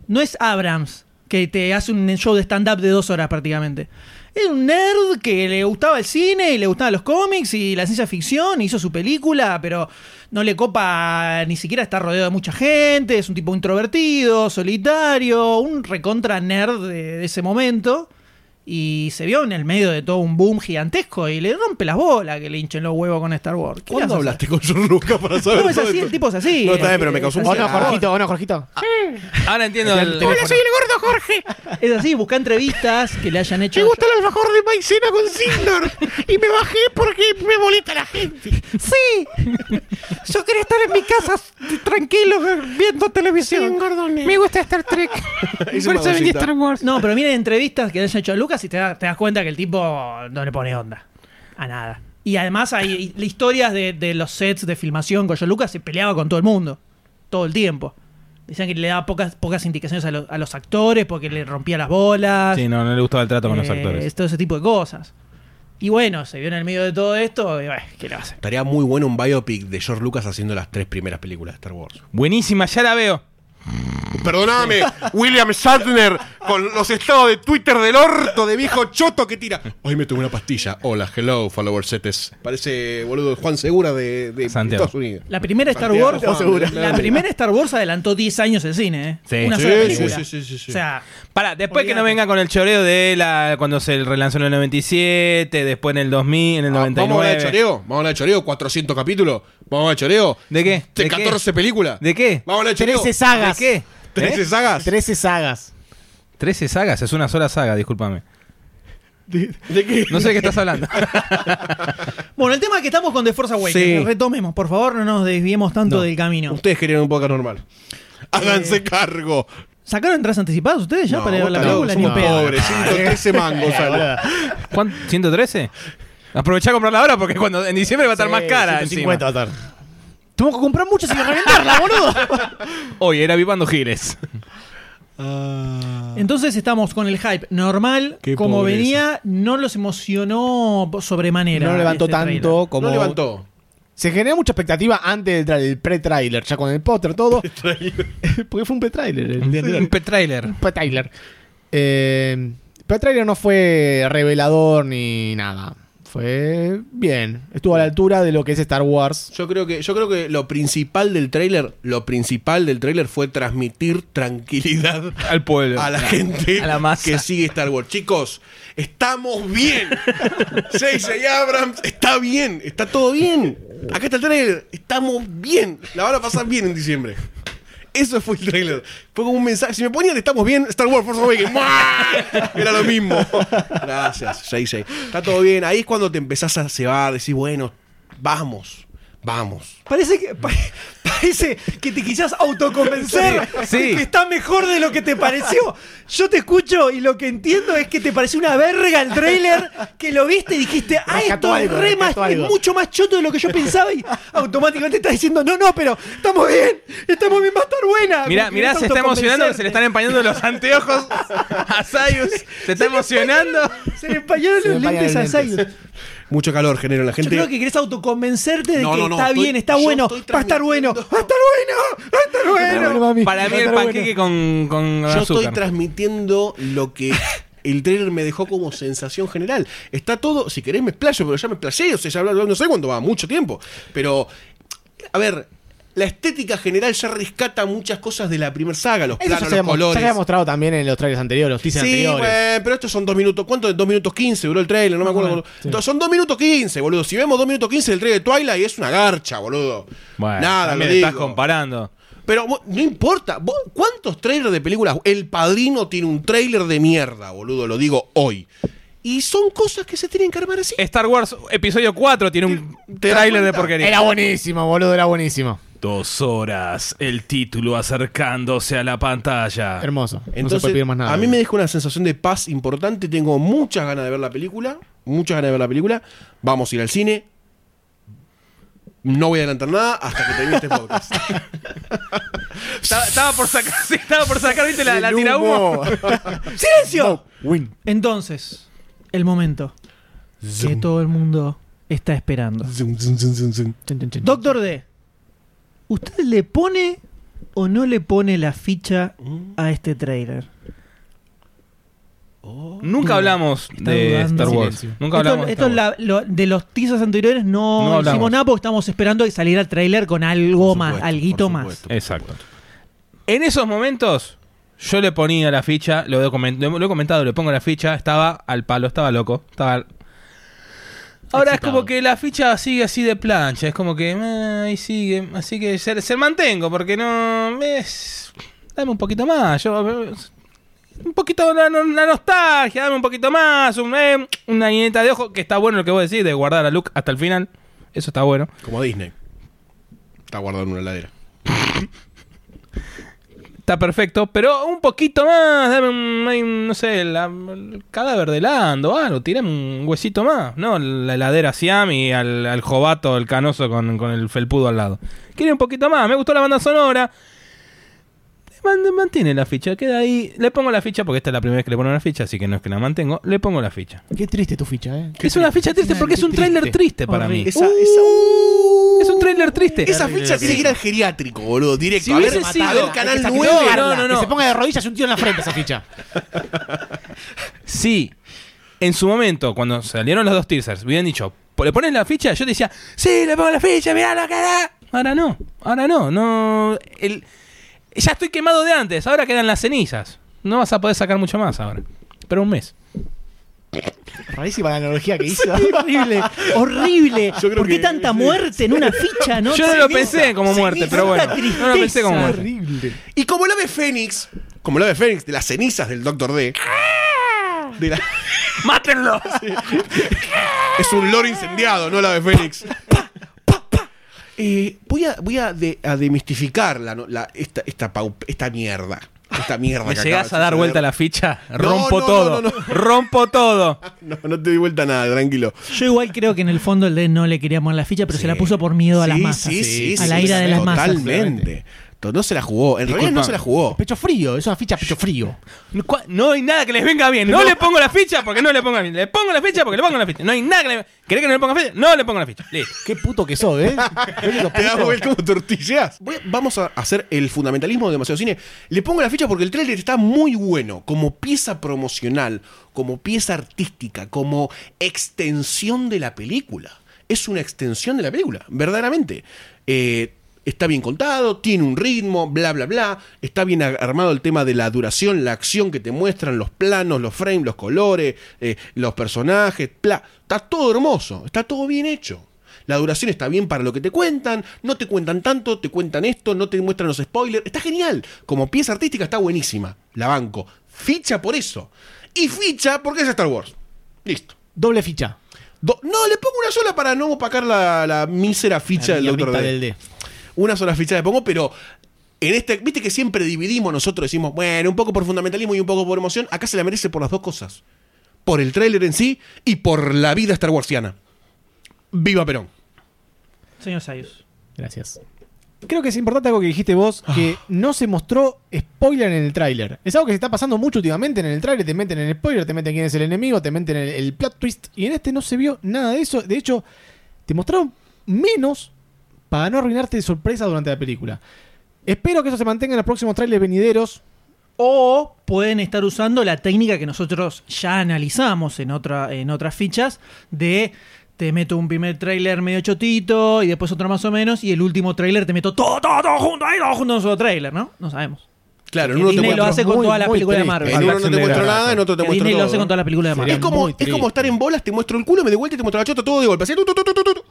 [SPEAKER 6] No es Abrams, que te hace un show de stand-up de dos horas prácticamente. Es un nerd que le gustaba el cine y le gustaban los cómics y la ciencia ficción, hizo su película, pero no le copa ni siquiera estar rodeado de mucha gente, es un tipo introvertido, solitario, un recontra nerd de, de ese momento. Y se vio en el medio de todo un boom gigantesco y le rompe las bolas que le hinchen los huevos con Star Wars. ¿Qué le vas
[SPEAKER 5] ¿Cuándo
[SPEAKER 6] a hacer?
[SPEAKER 5] hablaste con George Lucas para saber?
[SPEAKER 6] No, es
[SPEAKER 5] todo
[SPEAKER 6] así,
[SPEAKER 5] esto?
[SPEAKER 6] el tipo es así.
[SPEAKER 5] No, está bien, pero me causó un
[SPEAKER 2] ¿O Oh, no,
[SPEAKER 5] Ah.
[SPEAKER 2] Jorgito? ¿O no, Jorgito?
[SPEAKER 7] Ahora entiendo el.
[SPEAKER 6] Es así, busca entrevistas que le hayan hecho. Me gusta el
[SPEAKER 5] Por eso venía Star Wars.
[SPEAKER 6] No, pero miren entrevistas que le hayan hecho a Lucas y te, da- te das cuenta que el tipo no le pone onda a nada. Y además hay hi- historias de, de los sets de filmación con John Lucas se peleaba con todo el mundo, todo el tiempo. Decían que le daba pocas, pocas indicaciones a, los- a los actores porque le rompía las bolas.
[SPEAKER 7] Sí, no, no le gustaba el trato con los
[SPEAKER 6] eh,
[SPEAKER 7] actores.
[SPEAKER 6] Todo ese tipo de cosas. Y bueno, se vio en el medio de todo esto y bueno, ¿qué le va a hacer?
[SPEAKER 5] Estaría muy bueno un biopic de George Lucas haciendo las tres primeras películas de Star Wars.
[SPEAKER 7] Buenísima, ya la veo.
[SPEAKER 5] Perdóname, William Shatner, con los estados de Twitter del orto de viejo choto que tira. Hoy me tomé una pastilla. Hola, hello, followersetes. Parece, boludo, Juan Segura de, de
[SPEAKER 7] Santiago.
[SPEAKER 5] Estados Unidos.
[SPEAKER 6] La primera Star
[SPEAKER 5] Santiago,
[SPEAKER 6] Wars.
[SPEAKER 5] Juan Segura.
[SPEAKER 6] La primera Star Wars adelantó 10 años el cine, ¿eh?
[SPEAKER 7] Sí.
[SPEAKER 6] Una
[SPEAKER 7] Sí,
[SPEAKER 6] sola
[SPEAKER 5] sí,
[SPEAKER 6] película.
[SPEAKER 5] sí, sí, sí, sí.
[SPEAKER 6] O sea,
[SPEAKER 7] Para, después que no
[SPEAKER 6] Olvídate.
[SPEAKER 7] venga con el choreo de la cuando se relanzó en el 97, después en el 2000, en el
[SPEAKER 5] Ah, ¿Vamos a hablar de
[SPEAKER 7] 99.
[SPEAKER 5] choreo? ¿Vamos a hablar de choreo? ¿400 capítulos? ¿Vamos a hablar de choreo?
[SPEAKER 7] ¿De qué?
[SPEAKER 5] ¿De
[SPEAKER 7] ¿De qué?
[SPEAKER 5] 14 películas?
[SPEAKER 7] ¿De qué? ¿Eh?
[SPEAKER 5] ¿Vamos a hablar de choreo?
[SPEAKER 2] 13 sagas.
[SPEAKER 7] ¿De qué?
[SPEAKER 5] ¿13 sagas?
[SPEAKER 2] 13 sagas.
[SPEAKER 7] 13 sagas, es una sola saga, discúlpame.
[SPEAKER 5] ¿De qué?
[SPEAKER 7] No sé de qué estás hablando.
[SPEAKER 6] bueno, el tema es que estamos con The Force Awakens.
[SPEAKER 7] Sí.
[SPEAKER 6] Retomemos, por favor, no nos desviemos tanto
[SPEAKER 7] No.
[SPEAKER 6] del camino.
[SPEAKER 5] Ustedes querían un podcast normal.
[SPEAKER 7] Eh.
[SPEAKER 5] Háganse cargo.
[SPEAKER 6] ¿Sacaron entradas anticipadas ustedes ya
[SPEAKER 5] No,
[SPEAKER 6] para ir a ver la
[SPEAKER 5] vos
[SPEAKER 6] película? Ni
[SPEAKER 5] también,
[SPEAKER 6] en pedo.
[SPEAKER 5] somos pobres,
[SPEAKER 7] Ah, eh.
[SPEAKER 5] 113 mangos. sale.
[SPEAKER 7] ¿Cuánto? ¿113? Aprovechá a comprarla ahora porque cuando en diciembre va a estar más cara. encima.
[SPEAKER 2] 50 va a estar. Tengo que comprar muchas y reventarla, boludo.
[SPEAKER 7] Hoy era vivando giles.
[SPEAKER 2] Ah.
[SPEAKER 6] Entonces estamos con el hype normal,
[SPEAKER 5] Qué
[SPEAKER 6] como
[SPEAKER 5] pobreza.
[SPEAKER 6] venía, no los emocionó sobremanera.
[SPEAKER 2] No levantó
[SPEAKER 6] este trailer.
[SPEAKER 2] tanto como.
[SPEAKER 5] No levantó.
[SPEAKER 2] Se generó mucha expectativa antes del tra- el pre-trailer, ya con el póster, todo. Porque fue un pre-trailer el día anterior.
[SPEAKER 7] Un petrailer.
[SPEAKER 2] pre-trailer. Eh, pre-trailer no fue revelador ni nada. Fue bien. Estuvo a la altura de lo que es Star Wars.
[SPEAKER 5] Yo creo que, yo creo que lo principal del tráiler, lo principal del tráiler fue transmitir tranquilidad
[SPEAKER 7] Al pueblo.
[SPEAKER 5] a la gente
[SPEAKER 7] A la masa.
[SPEAKER 5] que sigue Star Wars. Chicos, estamos bien. J.J. Abrams está bien, está todo bien. Acá está el trailer, estamos bien. La van a pasar bien en diciembre. Eso fue el trailer. Fue como un mensaje. Si me ponían estamos bien, Star Wars Force Awakens. ¡mua! Era lo mismo. Gracias, J.J. Está todo bien. Ahí es cuando te empezás a cebar, decís, bueno, vamos, vamos.
[SPEAKER 8] Parece que, pa- parece que te quisieras autoconvencer
[SPEAKER 7] Sí,
[SPEAKER 8] de
[SPEAKER 7] sí.
[SPEAKER 8] que está mejor de lo que te pareció. Yo te escucho y lo que entiendo es que te pareció una verga el tráiler, que lo viste y dijiste, ah, esto
[SPEAKER 2] Rescató
[SPEAKER 8] es,
[SPEAKER 2] algo,
[SPEAKER 8] re más-
[SPEAKER 2] rescató
[SPEAKER 8] es
[SPEAKER 2] algo".
[SPEAKER 8] mucho más choto de lo que yo pensaba y automáticamente estás diciendo, no, no, pero estamos bien, estamos bien, va a estar buena.
[SPEAKER 7] Mirá,
[SPEAKER 8] Como que
[SPEAKER 7] mirá,
[SPEAKER 8] querés
[SPEAKER 7] se está emocionando que se le están
[SPEAKER 8] autoconvencerte.
[SPEAKER 7] empañando los anteojos a Sayus. Se está emocionando.
[SPEAKER 8] Se le empañaron
[SPEAKER 2] Se le
[SPEAKER 8] los
[SPEAKER 2] empañan
[SPEAKER 8] lentes a
[SPEAKER 2] los lentes.
[SPEAKER 8] Silas.
[SPEAKER 5] Mucho calor genera en la
[SPEAKER 8] Yo
[SPEAKER 5] gente.
[SPEAKER 8] creo que querés autoconvencerte de
[SPEAKER 5] No,
[SPEAKER 8] que
[SPEAKER 5] no, no,
[SPEAKER 8] está
[SPEAKER 5] estoy-
[SPEAKER 8] bien, está
[SPEAKER 5] yo
[SPEAKER 8] bueno,
[SPEAKER 5] estoy
[SPEAKER 8] va a estar bueno, va a estar bueno, va a estar bueno.
[SPEAKER 7] Para mí el panqueque con, con
[SPEAKER 5] Yo
[SPEAKER 7] azúcar.
[SPEAKER 5] estoy transmitiendo lo que el trailer me dejó como sensación general. Está todo, si querés me explayo, pero ya me explayé, o sea, ya bla, bla, no sé cuándo va, mucho tiempo. Pero, a ver, la estética general ya rescata muchas cosas de la primera saga, los
[SPEAKER 2] Eso ya
[SPEAKER 5] planos,
[SPEAKER 2] se, había,
[SPEAKER 5] los
[SPEAKER 2] ya se
[SPEAKER 5] colores.
[SPEAKER 2] había mostrado también en los trailers anteriores, los teasers
[SPEAKER 5] Sí,
[SPEAKER 2] anteriores.
[SPEAKER 5] güey, pero estos son dos minutos. ¿Cuánto? Dos minutos quince duró el trailer, no me acuerdo. boludo. Entonces, son dos minutos quince, boludo. Si vemos dos minutos quince del trailer de Twilight, es una garcha, boludo.
[SPEAKER 7] Bueno,
[SPEAKER 5] Nada,
[SPEAKER 7] también
[SPEAKER 5] lo digo.
[SPEAKER 7] estás comparando.
[SPEAKER 5] Pero vos- no importa. Vos- ¿Cuántos trailers de películas? El Padrino tiene un trailer de mierda, boludo. Lo digo hoy. Y son cosas que se tienen que armar así.
[SPEAKER 7] Star Wars Episodio 4 tiene un
[SPEAKER 5] ¿Te das
[SPEAKER 7] tráiler de
[SPEAKER 5] cuenta?
[SPEAKER 7] porquería.
[SPEAKER 2] Era buenísimo, boludo, era buenísimo.
[SPEAKER 7] Dos horas, el título acercándose a la pantalla.
[SPEAKER 2] Hermoso. no se
[SPEAKER 5] Entonces,
[SPEAKER 2] puede pedir más nada.
[SPEAKER 5] a mí me dejó una sensación de paz importante. Tengo muchas ganas de ver la película. Muchas ganas de ver la película. Vamos a ir al cine. No voy a adelantar nada hasta que termine este podcast.
[SPEAKER 7] Estaba, estaba por sacar, sí, estaba por sacar, viste, la, la tira humo.
[SPEAKER 8] ¡Silencio!
[SPEAKER 2] Win.
[SPEAKER 6] Entonces, el momento que todo el mundo está esperando.
[SPEAKER 5] Zum, zum, zum, zum, zum.
[SPEAKER 6] Doctor D, ¿usted le pone o no le pone la ficha a este trailer? Oh.
[SPEAKER 7] Nunca hablamos
[SPEAKER 6] Está
[SPEAKER 7] de
[SPEAKER 6] dudando.
[SPEAKER 7] Star Wars.
[SPEAKER 2] Silencio.
[SPEAKER 7] Nunca
[SPEAKER 6] Esto-
[SPEAKER 7] hablamos de
[SPEAKER 6] esto
[SPEAKER 7] Star Wars.
[SPEAKER 6] la- lo- de los teasers anteriores
[SPEAKER 7] No
[SPEAKER 6] no,
[SPEAKER 7] hablamos.
[SPEAKER 6] hicimos nada porque estamos esperando que saliera el trailer con algo
[SPEAKER 5] Por
[SPEAKER 6] más,
[SPEAKER 5] supuesto,
[SPEAKER 6] alguito
[SPEAKER 5] por
[SPEAKER 6] más.
[SPEAKER 5] supuesto.
[SPEAKER 7] Exacto. En esos momentos, yo le ponía la ficha, lo he, comen- lo he comentado, le pongo la ficha, estaba al palo, estaba loco, estaba... al- Ahora es como que la ficha sigue así de plancha, es como que eh, ahí sigue, así que se, se mantengo porque no ves, dame un poquito más, yo eh, un poquito la, no- la nostalgia, dame un poquito más, un, eh, una guineta de ojo que está bueno lo que vos decís de guardar a Luke hasta el final, eso está bueno.
[SPEAKER 5] Como Disney. Está guardado en una heladera.
[SPEAKER 7] Está perfecto, pero un poquito más, dame un, hay un, no sé, la- el cadáver de Lando, algo, tirame un huesito más, ¿no? La heladera Siam y al, al jovato, el canoso con, con el felpudo al lado. Quiere un poquito más, me gustó la banda sonora. man- mantiene la ficha, queda ahí. Le pongo la ficha porque esta es la primera vez que le pongo una ficha, así que no es que la mantengo. Le pongo la ficha.
[SPEAKER 2] Qué triste tu ficha, ¿eh?
[SPEAKER 7] es una ficha triste porque es un tráiler triste para mí.
[SPEAKER 5] Esa, esa-
[SPEAKER 7] Es un tráiler triste.
[SPEAKER 5] Esa ficha tiene que ir al geriátrico, boludo, directo.
[SPEAKER 7] Si
[SPEAKER 5] a ver,
[SPEAKER 7] hubiese sido-
[SPEAKER 5] a ver Canal
[SPEAKER 7] Esa-
[SPEAKER 5] 9.
[SPEAKER 7] No, no, no, no.
[SPEAKER 2] Que se ponga de rodillas y un tiro en la frente esa ficha.
[SPEAKER 7] Sí. En su momento, cuando salieron los dos teasers, hubieran dicho, ¿le pones la ficha? Yo te decía, sí, le pongo la ficha, mirá la cara. Ahora no, ahora no, no. el- ya estoy quemado de antes, ahora quedan las cenizas. No vas a poder sacar mucho más ahora. Pero un mes.
[SPEAKER 2] Rarísima la analogía que hizo.
[SPEAKER 8] horrible, horrible.
[SPEAKER 5] creo
[SPEAKER 8] ¿Por qué
[SPEAKER 5] que-
[SPEAKER 8] tanta muerte en una ficha? No
[SPEAKER 7] Yo no lo
[SPEAKER 8] Ceniza,
[SPEAKER 7] pensé como muerte,
[SPEAKER 8] ceniza,
[SPEAKER 7] pero bueno.
[SPEAKER 8] tanta
[SPEAKER 7] No lo pensé como
[SPEAKER 8] tristeza.
[SPEAKER 7] muerte.
[SPEAKER 2] Horrible.
[SPEAKER 5] Y como el ave Fénix, como el ave Fénix de las cenizas del Doctor D. de la-
[SPEAKER 7] ¡Mátenlo!
[SPEAKER 5] es un lore incendiado, no el ave Fénix. Eh, voy a, voy a, de- a demistificar la, no- la- esta, esta, pau- esta mierda. Esta mierda
[SPEAKER 7] Me
[SPEAKER 5] que
[SPEAKER 7] llegás
[SPEAKER 5] acaba de
[SPEAKER 7] a dar
[SPEAKER 5] suceder.
[SPEAKER 7] vuelta la ficha, rompo
[SPEAKER 5] no, no,
[SPEAKER 7] todo,
[SPEAKER 5] no, no.
[SPEAKER 7] rompo todo.
[SPEAKER 5] No, no te doy vuelta a nada, tranquilo.
[SPEAKER 6] Yo igual creo que en el fondo el D no le quería poner la ficha, pero se la puso por miedo a las
[SPEAKER 5] Sí,
[SPEAKER 6] masas.
[SPEAKER 5] sí, sí,
[SPEAKER 6] a la
[SPEAKER 5] sí,
[SPEAKER 6] ira de las masas.
[SPEAKER 5] Totalmente. To- No se la jugó. En realidad no
[SPEAKER 7] Disculpame.
[SPEAKER 5] se la jugó.
[SPEAKER 2] Pecho frío, es una ficha pecho frío.
[SPEAKER 7] No, cua- No hay nada que les venga bien. No le pongo la ficha porque no le pongo la ficha. Le pongo la ficha porque le pongo la ficha. No hay nada que le... ¿Querés que no le ponga ficha? No le pongo la ficha. Listo.
[SPEAKER 2] Qué puto que sos, ¿eh? Qué puto
[SPEAKER 5] Te das
[SPEAKER 2] puto.
[SPEAKER 5] vuelta como tortillas. Voy- vamos a hacer el fundamentalismo de demasiado cine. Le pongo la ficha porque el tráiler está muy bueno. Como pieza promocional, como pieza artística, como extensión de la película. Es una extensión de la película, verdaderamente. Eh, está bien contado, tiene un ritmo, bla, bla, bla. Está bien ar- armado el tema de la duración, la acción que te muestran, los planos, los frames, los colores, eh, los personajes, bla. Está todo hermoso, está todo bien hecho. La duración está bien para lo que te cuentan, no te cuentan tanto, te cuentan esto, no te muestran los spoilers. Está genial. Como pieza artística está buenísima. La banco. Ficha por eso. Y ficha porque es Star Wars. Listo.
[SPEAKER 2] Doble ficha.
[SPEAKER 5] Do- no, le pongo una sola para no opacar la, la mísera ficha
[SPEAKER 2] La
[SPEAKER 5] del Doctor
[SPEAKER 2] diablita
[SPEAKER 5] D.
[SPEAKER 2] del D.
[SPEAKER 5] Una sola ficha le pongo, pero en este, viste que siempre dividimos nosotros, decimos, bueno, un poco por fundamentalismo y un poco por emoción. Acá se la merece por las dos cosas. Por el tráiler en sí y por la vida Star Warsiana. Viva Perón.
[SPEAKER 6] Señor Sayus.
[SPEAKER 2] Gracias. Creo que es importante algo que dijiste vos, que no se mostró spoiler en el tráiler. Es algo que se está pasando mucho últimamente en el tráiler, te meten en el spoiler, te meten quién es el enemigo, te meten el, el plot twist, y en este no se vio nada de eso. De hecho, te mostraron menos para no arruinarte de sorpresa durante la película. Espero que eso se mantenga en los próximos trailers venideros.
[SPEAKER 6] O pueden estar usando la técnica que nosotros ya analizamos en, otra, en otras fichas de te meto un primer tráiler medio chotito y después otro más o menos y el último tráiler te meto todo, todo, todo junto, ahí todo junto en un solo tráiler, ¿no? No sabemos.
[SPEAKER 5] Claro,
[SPEAKER 6] Que
[SPEAKER 5] en uno te
[SPEAKER 6] Disney lo
[SPEAKER 5] muestran-
[SPEAKER 6] hace con
[SPEAKER 2] muy,
[SPEAKER 6] todas las
[SPEAKER 2] muy
[SPEAKER 6] películas de
[SPEAKER 2] triste.
[SPEAKER 5] En
[SPEAKER 6] Marvel.
[SPEAKER 5] uno no te muestro nada, en otro te
[SPEAKER 6] Que
[SPEAKER 5] muestro
[SPEAKER 6] Disney lo
[SPEAKER 5] todo.
[SPEAKER 6] hace con todas las películas de
[SPEAKER 5] es,
[SPEAKER 6] Marvel.
[SPEAKER 5] como,
[SPEAKER 2] muy
[SPEAKER 5] es
[SPEAKER 2] triste.
[SPEAKER 5] como estar en bolas, te muestro el culo, me de vuelta y te muestro la chota todo de golpe. Así, tu, tu, tu, tu, tu, tu.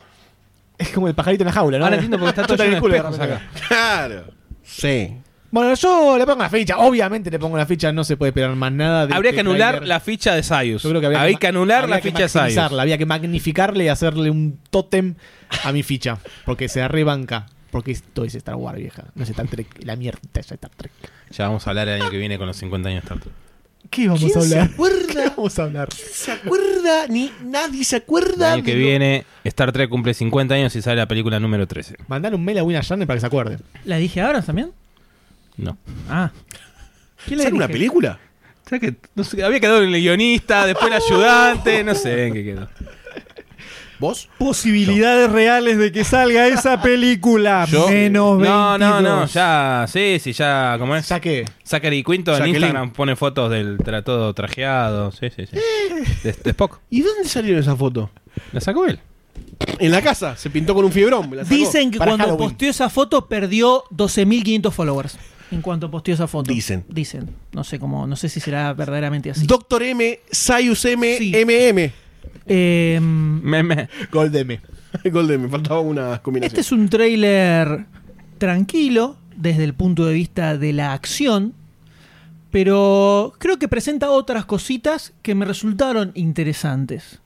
[SPEAKER 2] Es como el pajarito en la jaula, ¿no?
[SPEAKER 7] Ahora entiendo porque está todo
[SPEAKER 2] Yo
[SPEAKER 7] lleno de
[SPEAKER 2] calculo,
[SPEAKER 7] espejos
[SPEAKER 2] ¿verdad?
[SPEAKER 7] acá.
[SPEAKER 5] Claro. Sí.
[SPEAKER 2] Bueno, yo le pongo la ficha. Obviamente le pongo la ficha, no se puede esperar más nada. de
[SPEAKER 7] Habría que
[SPEAKER 2] este
[SPEAKER 7] anular
[SPEAKER 2] tráiler.
[SPEAKER 7] la ficha de Sayus.
[SPEAKER 2] Yo creo que habría
[SPEAKER 7] Hay
[SPEAKER 2] ma-
[SPEAKER 7] que anular
[SPEAKER 2] habría
[SPEAKER 7] la
[SPEAKER 2] que
[SPEAKER 7] ficha de Sayus.
[SPEAKER 2] maximizarla, Había que magnificarle y hacerle un tótem a mi ficha. Porque se arrebanca. Porque esto es Star Wars, vieja. No es Star Trek. La mierda es Star Trek.
[SPEAKER 7] Ya vamos a hablar el año que viene con los 50 años tanto.
[SPEAKER 2] ¿Qué vamos
[SPEAKER 5] ¿Quién se acuerda?
[SPEAKER 2] vamos a hablar?
[SPEAKER 5] ¿Se acuerda? Ni nadie se
[SPEAKER 7] El
[SPEAKER 5] acuerda.
[SPEAKER 7] año que
[SPEAKER 5] de lo-
[SPEAKER 7] viene Star Trek cumple 50 años y sale la película número 13.
[SPEAKER 2] Mandar un mail a Wina Sharner para que se acuerde.
[SPEAKER 6] ¿La dije ahora también?
[SPEAKER 7] No.
[SPEAKER 6] Ah. ¿Quién la
[SPEAKER 5] ¿Sale una
[SPEAKER 6] dirige?
[SPEAKER 5] película?
[SPEAKER 7] ¿Sabes que no sé, había quedado el guionista, después el ayudante, no sé en qué quedó.
[SPEAKER 5] ¿Vos?
[SPEAKER 8] Posibilidades reales de que salga esa película.
[SPEAKER 7] Yo-
[SPEAKER 8] Menos 22.
[SPEAKER 7] No, no, no, ya, sí, sí, ya, ¿cómo es?
[SPEAKER 2] Ya que
[SPEAKER 7] Zachary Quinto en
[SPEAKER 5] Jacqueline.
[SPEAKER 7] Instagram pone fotos del tra- todo trajeado, sí, sí, sí. De, de Spock.
[SPEAKER 5] ¿Y dónde salieron esa foto?
[SPEAKER 7] La sacó él.
[SPEAKER 5] En la casa. Se pintó con un fibrón. me la sacó.
[SPEAKER 6] Dicen que
[SPEAKER 2] Para
[SPEAKER 6] cuando
[SPEAKER 2] Halloween.
[SPEAKER 6] posteó esa foto perdió 12.500 followers. En cuanto posteó esa foto.
[SPEAKER 5] Dicen.
[SPEAKER 6] Dicen. No sé cómo, no sé si será verdaderamente así.
[SPEAKER 5] Doctor M, Sayus M,
[SPEAKER 6] Sí.
[SPEAKER 5] MM.
[SPEAKER 6] Eh,
[SPEAKER 7] Meme.
[SPEAKER 2] Goldeme.
[SPEAKER 5] Golden, me faltaba una combinación.
[SPEAKER 6] este es un tráiler tranquilo desde el punto de vista de la acción, pero creo que presenta otras cositas que me resultaron interesantes.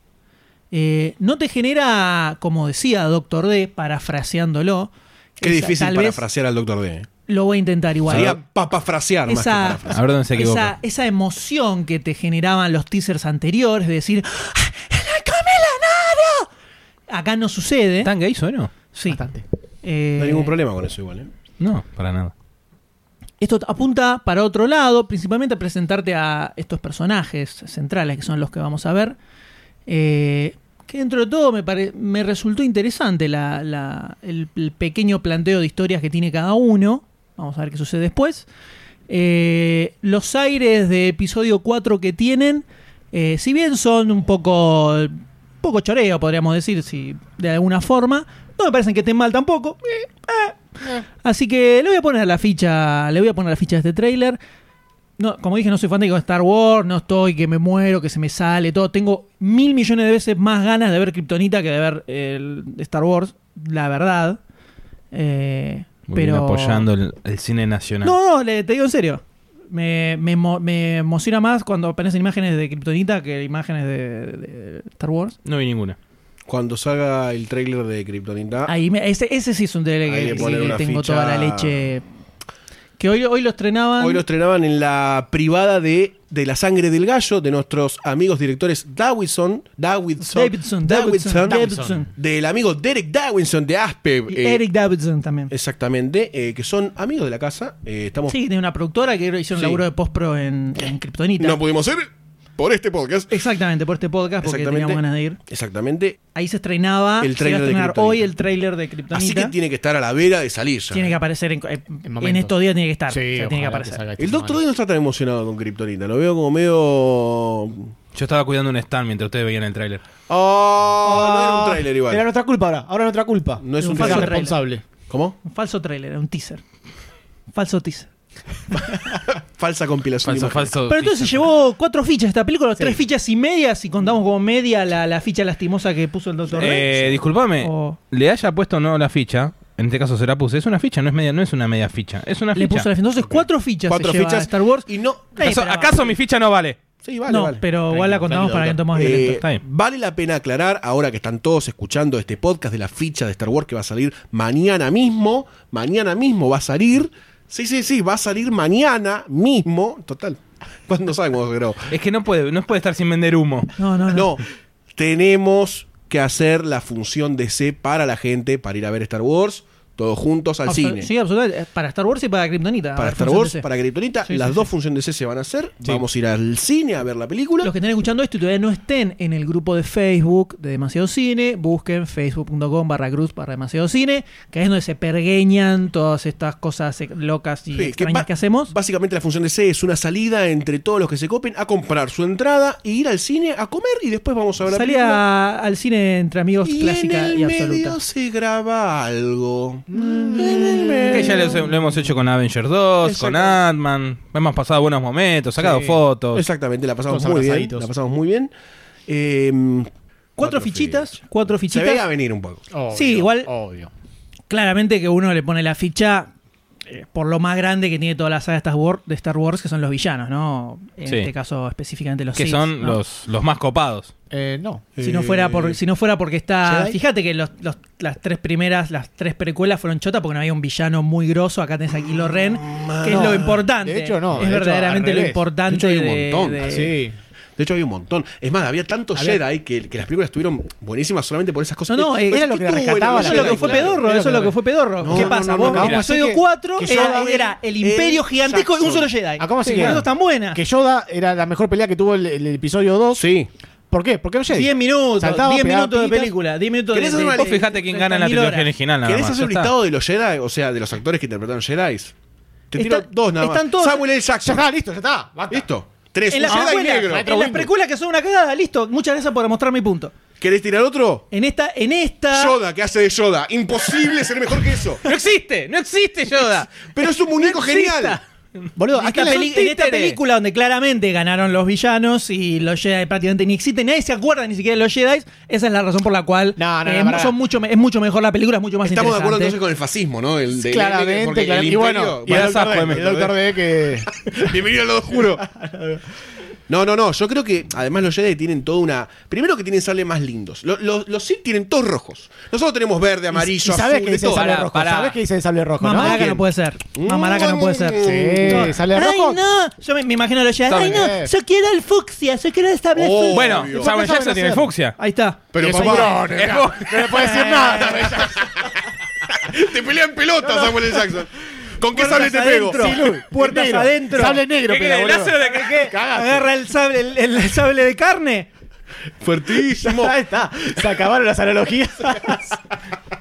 [SPEAKER 6] Eh, no te genera, como decía Doctor D, parafraseándolo.
[SPEAKER 5] Qué
[SPEAKER 6] esa-
[SPEAKER 5] difícil
[SPEAKER 6] tal vez
[SPEAKER 5] parafrasear al Doctor D. eh.
[SPEAKER 6] Lo voy a intentar igual.
[SPEAKER 5] Sería papafrasear más que Ah,
[SPEAKER 6] esa,
[SPEAKER 5] parafrasear.
[SPEAKER 7] A ver dónde se equivoca.
[SPEAKER 6] esa, esa emoción que te generaban los teasers anteriores de decir "¡Ah, ¡El camelonario!". Acá no sucede.
[SPEAKER 7] ¿Tan gay sueno?
[SPEAKER 6] Sí.
[SPEAKER 2] Bastante.
[SPEAKER 6] Eh,
[SPEAKER 5] No hay ningún problema con eso igual, ¿eh?
[SPEAKER 7] No, para nada.
[SPEAKER 6] Esto apunta para otro lado, principalmente a presentarte a estos personajes centrales, que son los que vamos a ver. Eh, que dentro de todo me, pare- me resultó interesante la- la- el, el pequeño planteo de historias que tiene cada uno. Vamos a ver qué sucede después. Eh, los aires de episodio 4 que tienen, eh, si bien son un poco, poco choreo, podríamos decir, si de alguna forma, no me parecen que estén mal tampoco. Eh, eh. Así que le voy a poner la ficha, le voy a poner la ficha a este tráiler. No, como dije, no soy fanático de Star Wars, no estoy que me muero, que se me sale, todo. Tengo mil millones de veces más ganas de ver Kryptonita que de ver el Star Wars, la verdad. Eh,
[SPEAKER 7] Muy bien,
[SPEAKER 6] pero
[SPEAKER 7] apoyando el, el cine nacional.
[SPEAKER 6] no, no, le- te digo en serio. Me, me emo- me emociona más cuando aparecen imágenes de Kryptonita que imágenes de, de Star Wars.
[SPEAKER 7] No vi ninguna.
[SPEAKER 5] Cuando salga el trailer de Kryptonita.
[SPEAKER 6] Ahí me- ese, ese sí es un tele
[SPEAKER 5] Hay
[SPEAKER 6] que,
[SPEAKER 5] que poner
[SPEAKER 6] que
[SPEAKER 5] una
[SPEAKER 6] tengo
[SPEAKER 5] ficha-
[SPEAKER 6] toda la leche. Que hoy, hoy lo estrenaban.
[SPEAKER 5] Hoy lo estrenaban en la privada de, de La Sangre del Gallo de nuestros amigos directores Dawison, Dawidson,
[SPEAKER 6] Davidson, Davidson, Davidson.
[SPEAKER 5] del amigo Derek Dawinson de Aspe.
[SPEAKER 6] Y
[SPEAKER 5] eh,
[SPEAKER 6] Eric Davidson también.
[SPEAKER 5] Exactamente, eh, que son amigos de la casa. eh, estamos
[SPEAKER 6] Sí, tiene una productora que hicieron
[SPEAKER 5] Sí.
[SPEAKER 6] laburo de postpro en, en Kryptonita.
[SPEAKER 5] No pudimos ir por este podcast.
[SPEAKER 6] Exactamente, por este podcast, porque teníamos ganas de ir.
[SPEAKER 5] Exactamente.
[SPEAKER 6] Ahí se estrenaba.
[SPEAKER 5] El
[SPEAKER 6] se iba a
[SPEAKER 5] tráiler de
[SPEAKER 6] estrenar
[SPEAKER 5] Kryptonita.
[SPEAKER 6] hoy el trailer de
[SPEAKER 5] Así
[SPEAKER 6] Kryptonita.
[SPEAKER 5] que tiene que estar a la vera de salir ya.
[SPEAKER 6] Tiene que aparecer en, en- en,
[SPEAKER 2] momentos.
[SPEAKER 6] estos días, tiene que estar.
[SPEAKER 2] Sí,
[SPEAKER 6] O sea, tiene
[SPEAKER 2] ojalá
[SPEAKER 6] que
[SPEAKER 2] que
[SPEAKER 6] aparecer.
[SPEAKER 2] salga este esta
[SPEAKER 5] El
[SPEAKER 6] este
[SPEAKER 5] doctor D
[SPEAKER 2] semana.
[SPEAKER 5] no está tan emocionado con Kryptonita. Lo veo como medio.
[SPEAKER 7] Yo estaba cuidando un stand mientras ustedes veían el tráiler.
[SPEAKER 5] Oh, no
[SPEAKER 6] Ah,
[SPEAKER 5] era un tráiler igual.
[SPEAKER 2] Ah, Era nuestra culpa ahora. Ahora nuestra culpa.
[SPEAKER 5] No es
[SPEAKER 6] un
[SPEAKER 5] un
[SPEAKER 2] Era
[SPEAKER 6] falso
[SPEAKER 5] tráiler.
[SPEAKER 6] trailer.
[SPEAKER 2] responsable.
[SPEAKER 5] ¿Cómo?
[SPEAKER 6] Un falso trailer, un teaser. Falso teaser.
[SPEAKER 5] Falsa compilación.
[SPEAKER 7] Falso,
[SPEAKER 5] de imágenes.
[SPEAKER 7] falso.
[SPEAKER 6] Pero entonces
[SPEAKER 7] teaser.
[SPEAKER 6] llevó cuatro fichas esta película, tres fichas y media, si contamos como media la, la ficha lastimosa que puso el doctor.
[SPEAKER 7] Eh, disculpame,
[SPEAKER 6] O-
[SPEAKER 7] le haya puesto no la ficha. En este caso será puse. Es una ficha, no es media, no es una media ficha. Es una
[SPEAKER 6] Le
[SPEAKER 7] ficha.
[SPEAKER 6] puso la Entonces, cuatro fichas
[SPEAKER 5] Cuatro
[SPEAKER 6] se lleva
[SPEAKER 5] fichas.
[SPEAKER 6] Star Wars.
[SPEAKER 5] Y no.
[SPEAKER 6] Eh,
[SPEAKER 7] ¿Acaso,
[SPEAKER 6] pero-
[SPEAKER 7] acaso mi ficha no vale?
[SPEAKER 5] Sí, vale.
[SPEAKER 6] no,
[SPEAKER 5] vale.
[SPEAKER 6] pero igual la contamos para que
[SPEAKER 5] Tranquilo,
[SPEAKER 6] entonemos
[SPEAKER 5] doctor. Eh,
[SPEAKER 6] violento.
[SPEAKER 7] Está bien.
[SPEAKER 5] Vale la pena aclarar, ahora que están todos escuchando este podcast de la ficha de Star Wars que va a salir mañana mismo. Mañana mismo va a salir. Sí, sí, sí, va a salir mañana mismo. Total. pues ¿Cuándo saben cómo se grabó?
[SPEAKER 7] Es que no puede, no puede estar sin vender humo.
[SPEAKER 6] No, no, no.
[SPEAKER 5] No, tenemos que hacer la función DC para la gente, para ir a ver Star Wars, todos juntos al
[SPEAKER 6] Absol-
[SPEAKER 5] cine.
[SPEAKER 6] Sí, absolutamente. Para Star Wars y para Kryptonita.
[SPEAKER 5] para
[SPEAKER 6] A ver,
[SPEAKER 5] Star
[SPEAKER 6] función
[SPEAKER 5] Wars,
[SPEAKER 6] de ese.
[SPEAKER 5] para Kryptonita,
[SPEAKER 6] Sí,
[SPEAKER 5] las
[SPEAKER 6] sí,
[SPEAKER 5] dos
[SPEAKER 6] sí.
[SPEAKER 5] funciones DC se van a hacer. Vamos a ir al cine a ver la película.
[SPEAKER 6] Los que estén escuchando esto y todavía no estén en el grupo de Facebook de Demasiado Cine, busquen facebook.com barra cruz barra Demasiado Cine, que es donde se pergueñan todas estas cosas eh, locas y
[SPEAKER 5] Sí, que
[SPEAKER 6] extrañas
[SPEAKER 5] ba-
[SPEAKER 6] que, hacemos.
[SPEAKER 5] Básicamente la función DC es una salida entre todos los que se copen a comprar su entrada e ir al cine a comer y después vamos a ver la
[SPEAKER 6] Salía al cine entre amigos
[SPEAKER 5] película.
[SPEAKER 6] clásica
[SPEAKER 5] y en el
[SPEAKER 6] y
[SPEAKER 5] medio
[SPEAKER 6] absoluta. Mm.
[SPEAKER 5] se graba algo. En el medio.
[SPEAKER 7] Que ya lo, lo hemos hecho con Avengers 2, con
[SPEAKER 5] Exacto.
[SPEAKER 7] Ant-Man. Hemos pasado buenos momentos, sacado fotos.
[SPEAKER 5] Exactamente, la pasamos
[SPEAKER 2] Todos
[SPEAKER 5] muy bien.
[SPEAKER 2] abrazaditos.
[SPEAKER 5] La pasamos muy bien. Eh,
[SPEAKER 6] Cuatro fichitas, cuatro
[SPEAKER 5] Se veía
[SPEAKER 6] fichitas.
[SPEAKER 5] venir un poco.
[SPEAKER 2] Obvio,
[SPEAKER 6] Sí, igual-
[SPEAKER 2] Obvio.
[SPEAKER 6] Claramente que uno le pone la ficha eh, por lo más grande que tiene toda la saga de Star Wars, de Star Wars que son los villanos, ¿no? En
[SPEAKER 7] Sí.
[SPEAKER 6] este caso específicamente los
[SPEAKER 7] que
[SPEAKER 6] Sith,
[SPEAKER 7] son
[SPEAKER 6] ¿no?
[SPEAKER 7] los, los más copados.
[SPEAKER 2] Eh, no.
[SPEAKER 6] Si no fuera por, si no fuera porque está.
[SPEAKER 2] Jedi.
[SPEAKER 6] Fíjate que los- los- las tres primeras, las tres precuelas fueron chotas porque no había un villano muy grosso. Acá tenés a Kylo Ren, que es
[SPEAKER 2] No,
[SPEAKER 6] lo importante.
[SPEAKER 2] de hecho, no,
[SPEAKER 6] Es
[SPEAKER 2] de hecho,
[SPEAKER 6] verdaderamente
[SPEAKER 2] al
[SPEAKER 6] lo
[SPEAKER 2] revés.
[SPEAKER 6] importante.
[SPEAKER 5] De hecho, hay un
[SPEAKER 6] de-
[SPEAKER 5] montón,
[SPEAKER 7] Eh,
[SPEAKER 6] de-
[SPEAKER 2] Sí.
[SPEAKER 5] De hecho, había un montón. Es más, había tantos
[SPEAKER 2] Había-
[SPEAKER 5] Jedi que, que las películas estuvieron buenísimas solamente por esas
[SPEAKER 6] No,
[SPEAKER 5] cosas.
[SPEAKER 6] no, eh,
[SPEAKER 2] Era lo que
[SPEAKER 5] Estuvo en
[SPEAKER 2] rescataba
[SPEAKER 5] el
[SPEAKER 6] Eso es lo que fue
[SPEAKER 5] claro.
[SPEAKER 6] pedorro,
[SPEAKER 2] Era
[SPEAKER 6] eso es
[SPEAKER 2] lo
[SPEAKER 6] lo que
[SPEAKER 2] que-
[SPEAKER 6] fue pedorro.
[SPEAKER 5] No,
[SPEAKER 6] ¿Qué
[SPEAKER 5] no,
[SPEAKER 6] pasa?
[SPEAKER 5] no,
[SPEAKER 6] Vos,
[SPEAKER 5] no,
[SPEAKER 6] como
[SPEAKER 5] mira,
[SPEAKER 6] episodio
[SPEAKER 2] que-
[SPEAKER 6] 4
[SPEAKER 2] que
[SPEAKER 6] era,
[SPEAKER 2] Yoda
[SPEAKER 6] era el
[SPEAKER 5] era
[SPEAKER 6] imperio
[SPEAKER 5] el
[SPEAKER 6] gigantesco de un solo Jedi.
[SPEAKER 2] Acá vamos a
[SPEAKER 6] Sí,
[SPEAKER 2] seguir.
[SPEAKER 6] por eso es tan buena.
[SPEAKER 2] Que Yoda era la mejor pelea que tuvo el, el episodio 2.
[SPEAKER 5] Sí.
[SPEAKER 2] ¿Por qué? Porque era un Jedi.
[SPEAKER 6] 10 minutos,
[SPEAKER 2] Saltaba,
[SPEAKER 6] 10
[SPEAKER 2] pegaba
[SPEAKER 6] minutos de
[SPEAKER 2] pinitas.
[SPEAKER 6] película, 10 minutos
[SPEAKER 5] ¿Querés
[SPEAKER 6] de
[SPEAKER 5] hacer una-
[SPEAKER 7] Vos fijate quién gana en la
[SPEAKER 6] 30.000 horas.
[SPEAKER 7] trilogía original. Nada
[SPEAKER 5] ¿Querés
[SPEAKER 7] más,
[SPEAKER 5] hacer un
[SPEAKER 7] ya está.
[SPEAKER 5] listado de los Jedi? O sea, de los actores que interpretaron Jedi. Te tiro
[SPEAKER 6] Está-
[SPEAKER 5] dos nada más.
[SPEAKER 6] están todos-
[SPEAKER 5] Samuel L.
[SPEAKER 2] Ya
[SPEAKER 5] Jackson.
[SPEAKER 2] está, listo, ya está. basta.
[SPEAKER 5] Listo. Tres,
[SPEAKER 6] En
[SPEAKER 5] un
[SPEAKER 6] las
[SPEAKER 5] Jedi Ah,
[SPEAKER 6] precuelas,
[SPEAKER 5] negro.
[SPEAKER 6] en las precuelas que son una cagada, listo. Muchas gracias por mostrar mi punto.
[SPEAKER 5] ¿Querés tirar otro?
[SPEAKER 6] En esta, en esta.
[SPEAKER 5] Yoda, que hace de Yoda. Imposible ser mejor que eso.
[SPEAKER 7] ¡No existe! ¡No existe, Yoda!
[SPEAKER 5] Pero es un muñeco genial.
[SPEAKER 6] exista.
[SPEAKER 2] Boludo,
[SPEAKER 6] En
[SPEAKER 2] acá
[SPEAKER 6] esta,
[SPEAKER 2] la-
[SPEAKER 6] peli- en esta película donde claramente ganaron los villanos y los Jedi prácticamente ni existen, nadie se acuerda ni siquiera de los Jedi, esa es la razón por la cual
[SPEAKER 2] No, no,
[SPEAKER 6] eh,
[SPEAKER 2] no, pará.
[SPEAKER 6] son mucho, me- es mucho mejor la película, es mucho más
[SPEAKER 5] Estamos de acuerdo entonces
[SPEAKER 6] interesante.
[SPEAKER 5] con el fascismo, ¿no? El de-
[SPEAKER 2] Claramente,
[SPEAKER 5] porque el
[SPEAKER 2] claramente. Y
[SPEAKER 5] imperio-
[SPEAKER 2] bueno, y
[SPEAKER 7] Para
[SPEAKER 2] el doctor,
[SPEAKER 7] Sajo,
[SPEAKER 2] D,
[SPEAKER 7] me-
[SPEAKER 2] el doctor D que.
[SPEAKER 5] Bienvenido al lado oscuro. No, no, no. Yo creo que además los Jedi tienen toda una. Primero que tienen sable más lindos. Lo- lo- los Sith tienen todos rojos. Nosotros tenemos verde, amarillo,
[SPEAKER 2] ¿Y sabes
[SPEAKER 5] azul,
[SPEAKER 2] que
[SPEAKER 5] de
[SPEAKER 2] dice el
[SPEAKER 5] todo.
[SPEAKER 2] sable
[SPEAKER 7] Pará,
[SPEAKER 2] rojo?
[SPEAKER 7] pará.
[SPEAKER 2] ¿Sabes que dice el sable rojo? no?
[SPEAKER 6] Mamaraca no
[SPEAKER 5] ¿Quién?
[SPEAKER 6] puede ser. Mamaraca no puede ser.
[SPEAKER 2] Sí, sale
[SPEAKER 6] Ay,
[SPEAKER 2] rojo.
[SPEAKER 6] no. Yo me, me imagino a los Jedi. Ay, no.
[SPEAKER 2] bien.
[SPEAKER 6] Yo quiero el fucsia. Yo quiero el sable
[SPEAKER 5] Oh.
[SPEAKER 6] azul.
[SPEAKER 7] Bueno, Samuel
[SPEAKER 5] Obvio.
[SPEAKER 2] ¿Por qué
[SPEAKER 7] Jackson
[SPEAKER 2] saben
[SPEAKER 7] tiene
[SPEAKER 2] hacer?
[SPEAKER 7] fucsia.
[SPEAKER 6] Ahí está.
[SPEAKER 5] Pero
[SPEAKER 2] Es
[SPEAKER 5] papá,
[SPEAKER 2] un dron, era. No le puede decir nada.
[SPEAKER 5] te pelean pelotas, Samuel L. Jackson. ¿Con qué sable te pego?
[SPEAKER 8] adentro, puertas
[SPEAKER 2] Negro.
[SPEAKER 8] adentro.
[SPEAKER 2] Sable negro,
[SPEAKER 7] ¿Qué
[SPEAKER 2] pega,
[SPEAKER 7] querés,
[SPEAKER 2] boludo.
[SPEAKER 7] láser de qué, qué?
[SPEAKER 2] Cagaste.
[SPEAKER 8] Agarra el sable, el, el sable de carne.
[SPEAKER 5] Fuertísimo.
[SPEAKER 2] Ahí está. Se acabaron las analogías.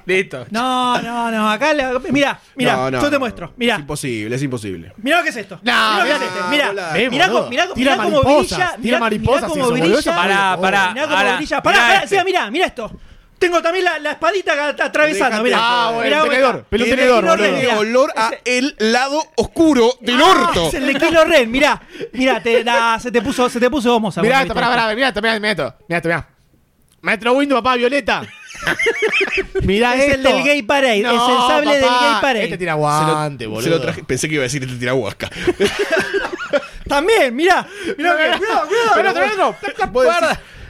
[SPEAKER 7] Listo.
[SPEAKER 8] No, no, no. Acá, la- mira, mira,
[SPEAKER 5] No, no,
[SPEAKER 8] yo te
[SPEAKER 5] no.
[SPEAKER 8] muestro. Mira,
[SPEAKER 5] Es imposible, es imposible.
[SPEAKER 8] mira lo que es esto.
[SPEAKER 2] No,
[SPEAKER 8] mira,
[SPEAKER 2] mirá,
[SPEAKER 8] mira,
[SPEAKER 5] boludo.
[SPEAKER 2] Ve,
[SPEAKER 8] mira,
[SPEAKER 2] boludo.
[SPEAKER 8] mira,
[SPEAKER 2] Tira
[SPEAKER 8] cómo
[SPEAKER 2] mariposas,
[SPEAKER 8] brilla,
[SPEAKER 2] tira mariposas
[SPEAKER 8] mira
[SPEAKER 2] eso,
[SPEAKER 8] cómo
[SPEAKER 2] boludo,
[SPEAKER 8] brilla.
[SPEAKER 2] esa
[SPEAKER 7] Pará, pará,
[SPEAKER 8] Mirá cómo
[SPEAKER 7] ahora,
[SPEAKER 8] brilla. Pará,
[SPEAKER 7] mirá
[SPEAKER 8] pará,
[SPEAKER 7] este.
[SPEAKER 8] Seba, mirá, mirá esto. Tengo también la, la espadita que- atravesando,
[SPEAKER 5] Dejate
[SPEAKER 8] mirá.
[SPEAKER 5] de
[SPEAKER 2] joder.
[SPEAKER 8] Mirá,
[SPEAKER 2] Ah, bueno,
[SPEAKER 8] mirá.
[SPEAKER 2] tenedor, pelotón
[SPEAKER 8] Mirá,
[SPEAKER 2] tenedor,
[SPEAKER 8] mirá,
[SPEAKER 2] boludo.
[SPEAKER 8] mirá.
[SPEAKER 5] Tiene olor a el lado oscuro del
[SPEAKER 8] Ah,
[SPEAKER 5] orto.
[SPEAKER 8] Es el de Kilo Ren, mirá. Mirá, te, da- se te puso, se te puso homosa.
[SPEAKER 2] Mirá esto, pará, pará, mirá esto, mirá, mirá esto. Mirá esto, mirá. Maestro Windows, papá, Violeta. mirá
[SPEAKER 8] Es
[SPEAKER 2] esto.
[SPEAKER 8] el del Gay Parade,
[SPEAKER 2] No,
[SPEAKER 8] es el sable del
[SPEAKER 2] papá,
[SPEAKER 8] Gay Parade.
[SPEAKER 2] Este tira
[SPEAKER 5] Se lo-
[SPEAKER 2] guante, boludo.
[SPEAKER 5] se lo traje- Pensé que iba a decir este tirahuasca.
[SPEAKER 8] También, mirá. Mirá, mirá, mirá, mirá.
[SPEAKER 5] Pero vos, decís-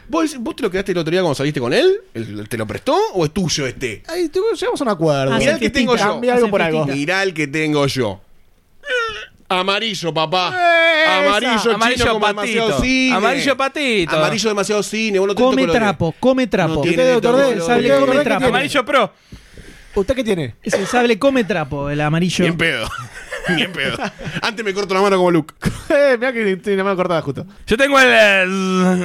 [SPEAKER 5] vos decís- ¿Vos te lo quedaste el otro día cuando saliste con él? ¿El- ¿Te lo prestó o es tuyo este?
[SPEAKER 2] Ahí tú- llegamos a un acuerdo.
[SPEAKER 8] Hacen
[SPEAKER 5] Mirá el que tengo
[SPEAKER 8] fiestita,
[SPEAKER 5] yo.
[SPEAKER 2] Cambia algo
[SPEAKER 8] hacen
[SPEAKER 2] por algo.
[SPEAKER 8] fiestita.
[SPEAKER 5] Mirá el que tengo yo. Amarillo, papá.
[SPEAKER 2] Esa.
[SPEAKER 5] amarillo, chino
[SPEAKER 7] Amarillo
[SPEAKER 5] como demasiado
[SPEAKER 7] patito.
[SPEAKER 5] cine.
[SPEAKER 7] Amarillo patito.
[SPEAKER 5] Amarillo demasiado cine. vos no tenés
[SPEAKER 6] Come
[SPEAKER 5] colores.
[SPEAKER 6] trapo, come trapo.
[SPEAKER 5] tiene
[SPEAKER 2] Usted,
[SPEAKER 5] de
[SPEAKER 2] doctor
[SPEAKER 5] todos
[SPEAKER 2] D,
[SPEAKER 5] los
[SPEAKER 2] sable
[SPEAKER 5] colores.
[SPEAKER 2] come trapo.
[SPEAKER 7] Amarillo pro.
[SPEAKER 2] ¿Usted qué tiene?
[SPEAKER 6] Es el sable come trapo, el amarillo.
[SPEAKER 5] Ni en pedo. Ni en pedo. Antes me corto la mano como Luke.
[SPEAKER 2] Eh, mirá que tiene la mano cortada justo.
[SPEAKER 7] Yo tengo el. eh,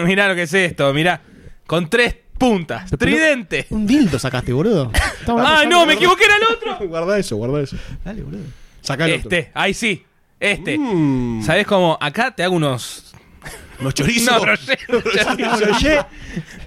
[SPEAKER 7] mirá lo que es esto, mirá. Con tres puntas. Tridente.
[SPEAKER 2] Un dildo sacaste, boludo. Estamos hablando
[SPEAKER 7] Ah,
[SPEAKER 2] de sable,
[SPEAKER 7] no, me
[SPEAKER 2] boludo.
[SPEAKER 7] equivoqué, era el otro.
[SPEAKER 5] guarda eso, guarda eso.
[SPEAKER 2] Dale, boludo.
[SPEAKER 5] Sacalo.
[SPEAKER 7] Este, ahí sí. Este.
[SPEAKER 5] Mm.
[SPEAKER 7] ¿Sabés cómo? Acá te hago unos.
[SPEAKER 5] Los chorizos.
[SPEAKER 7] No,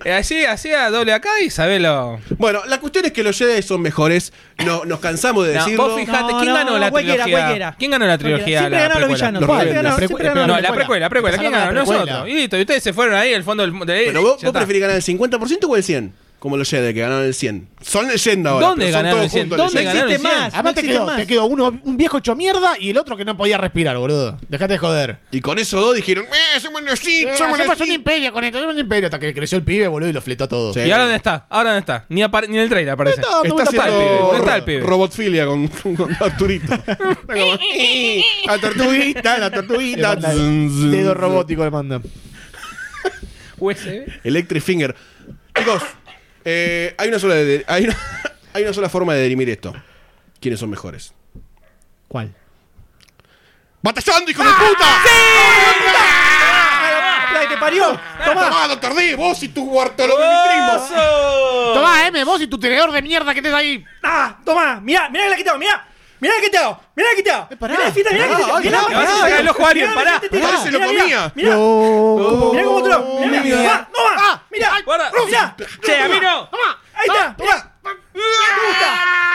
[SPEAKER 7] Eh, Así, así a doble acá y sabelo.
[SPEAKER 5] Bueno, la cuestión es que los Jedi son mejores. No, nos cansamos de
[SPEAKER 7] No,
[SPEAKER 5] decirlo.
[SPEAKER 7] vos fijate,
[SPEAKER 6] No,
[SPEAKER 7] ¿quién
[SPEAKER 6] no,
[SPEAKER 7] ganó la
[SPEAKER 6] cualquiera,
[SPEAKER 7] trilogía?
[SPEAKER 6] cualquiera.
[SPEAKER 7] ¿Quién ganó la
[SPEAKER 6] Cualquiera.
[SPEAKER 7] trilogía?
[SPEAKER 6] Siempre
[SPEAKER 7] la
[SPEAKER 6] ganaron los
[SPEAKER 7] precuela?
[SPEAKER 6] villanos.
[SPEAKER 5] Los
[SPEAKER 6] Siempre
[SPEAKER 5] rebeldes,
[SPEAKER 6] ganaron-
[SPEAKER 5] la
[SPEAKER 6] siempre
[SPEAKER 2] precuela.
[SPEAKER 7] No,
[SPEAKER 6] ganaron los
[SPEAKER 7] la precuela, la precuela. ¿Quién
[SPEAKER 2] Empezaron
[SPEAKER 7] ganó?
[SPEAKER 2] la precuela.
[SPEAKER 7] Nosotros. Y listo, y ustedes se fueron ahí al fondo del. de-
[SPEAKER 5] Pero vos,
[SPEAKER 7] ya
[SPEAKER 5] vos
[SPEAKER 7] está.
[SPEAKER 5] preferís ganar el 50% o el 100%. Como los Jedi que ganaron el 100%. Son leyenda ahora.
[SPEAKER 7] ¿Dónde
[SPEAKER 5] pero son
[SPEAKER 7] ganaron
[SPEAKER 5] todos
[SPEAKER 7] el 100?
[SPEAKER 5] juntos
[SPEAKER 7] ¿Dónde
[SPEAKER 5] leyenda.
[SPEAKER 7] ganaron el
[SPEAKER 6] existe
[SPEAKER 7] 100?
[SPEAKER 6] más.
[SPEAKER 2] Además
[SPEAKER 6] No
[SPEAKER 2] te,
[SPEAKER 6] existe
[SPEAKER 2] quedó,
[SPEAKER 6] más.
[SPEAKER 2] te quedó uno, un viejo hecho mierda y el otro que no podía respirar, boludo. Dejate de joder.
[SPEAKER 5] Y con esos dos dijeron, ¡eh, somos los Sith,
[SPEAKER 2] Eh,
[SPEAKER 5] somos los
[SPEAKER 2] hacemos un
[SPEAKER 5] Sith".
[SPEAKER 2] imperio con esto, hacemos un imperio. Hasta que creció el pibe, boludo, y lo fletó todo.
[SPEAKER 5] Sí.
[SPEAKER 7] ¿Y ahora dónde está? Ahora dónde está. Ni, apare- ni en el trailer aparece.
[SPEAKER 2] Está dando
[SPEAKER 5] Está
[SPEAKER 2] vueltas por el
[SPEAKER 7] haciendo-
[SPEAKER 2] pibe,
[SPEAKER 5] haciendo
[SPEAKER 2] boludo.
[SPEAKER 7] ¿Dónde está el pibe?
[SPEAKER 5] robotfilia con, con Arturito. Está como, "Eh, la tortuguita, la
[SPEAKER 2] Le
[SPEAKER 5] tortuguita.
[SPEAKER 2] manda
[SPEAKER 5] Zum,
[SPEAKER 2] el
[SPEAKER 5] zum,
[SPEAKER 2] Dedo
[SPEAKER 5] zum.
[SPEAKER 2] robótico le manda.
[SPEAKER 7] USB.
[SPEAKER 5] Electric Finger. Chicos, eh, hay, una sola de- hay, una, hay una sola forma de dirimir esto. ¿Quiénes son mejores?
[SPEAKER 2] ¿Cuál?
[SPEAKER 5] ¡Batallando, hijo de puta! ¡Ah!
[SPEAKER 8] La que te parió.
[SPEAKER 5] Tomá, doctor D, vos y tu guartolometrismo.
[SPEAKER 7] ¡Oso!
[SPEAKER 2] Tomá, M, vos y tu tenedor de mierda que tenés ahí.
[SPEAKER 8] Ah, toma, mirá, mirá la que te hago, mirá. Mirá la que te hago, mirá la que te hago.
[SPEAKER 2] pará,
[SPEAKER 8] Mirá la fita, mirá la que te
[SPEAKER 2] ah,
[SPEAKER 8] hago.
[SPEAKER 5] pará,
[SPEAKER 8] Mirá
[SPEAKER 5] pará,
[SPEAKER 8] la que
[SPEAKER 7] pará,
[SPEAKER 8] te
[SPEAKER 7] pará,
[SPEAKER 8] hago.
[SPEAKER 7] el ojo a alguien,
[SPEAKER 8] mirá la
[SPEAKER 7] pará.
[SPEAKER 8] que te hago.
[SPEAKER 5] Pará, se lo
[SPEAKER 8] Mirá, mirá,
[SPEAKER 5] comía.
[SPEAKER 8] Mirá,
[SPEAKER 2] No.
[SPEAKER 8] mirá cómo te lo hago. Mirá,
[SPEAKER 2] Mira.
[SPEAKER 8] mirá, no va. Mirá,
[SPEAKER 7] Guarda.
[SPEAKER 8] mirá.
[SPEAKER 7] Che, a mí no. Ah,
[SPEAKER 8] Ahí está, mirá. Me gusta.
[SPEAKER 2] ¡Ah!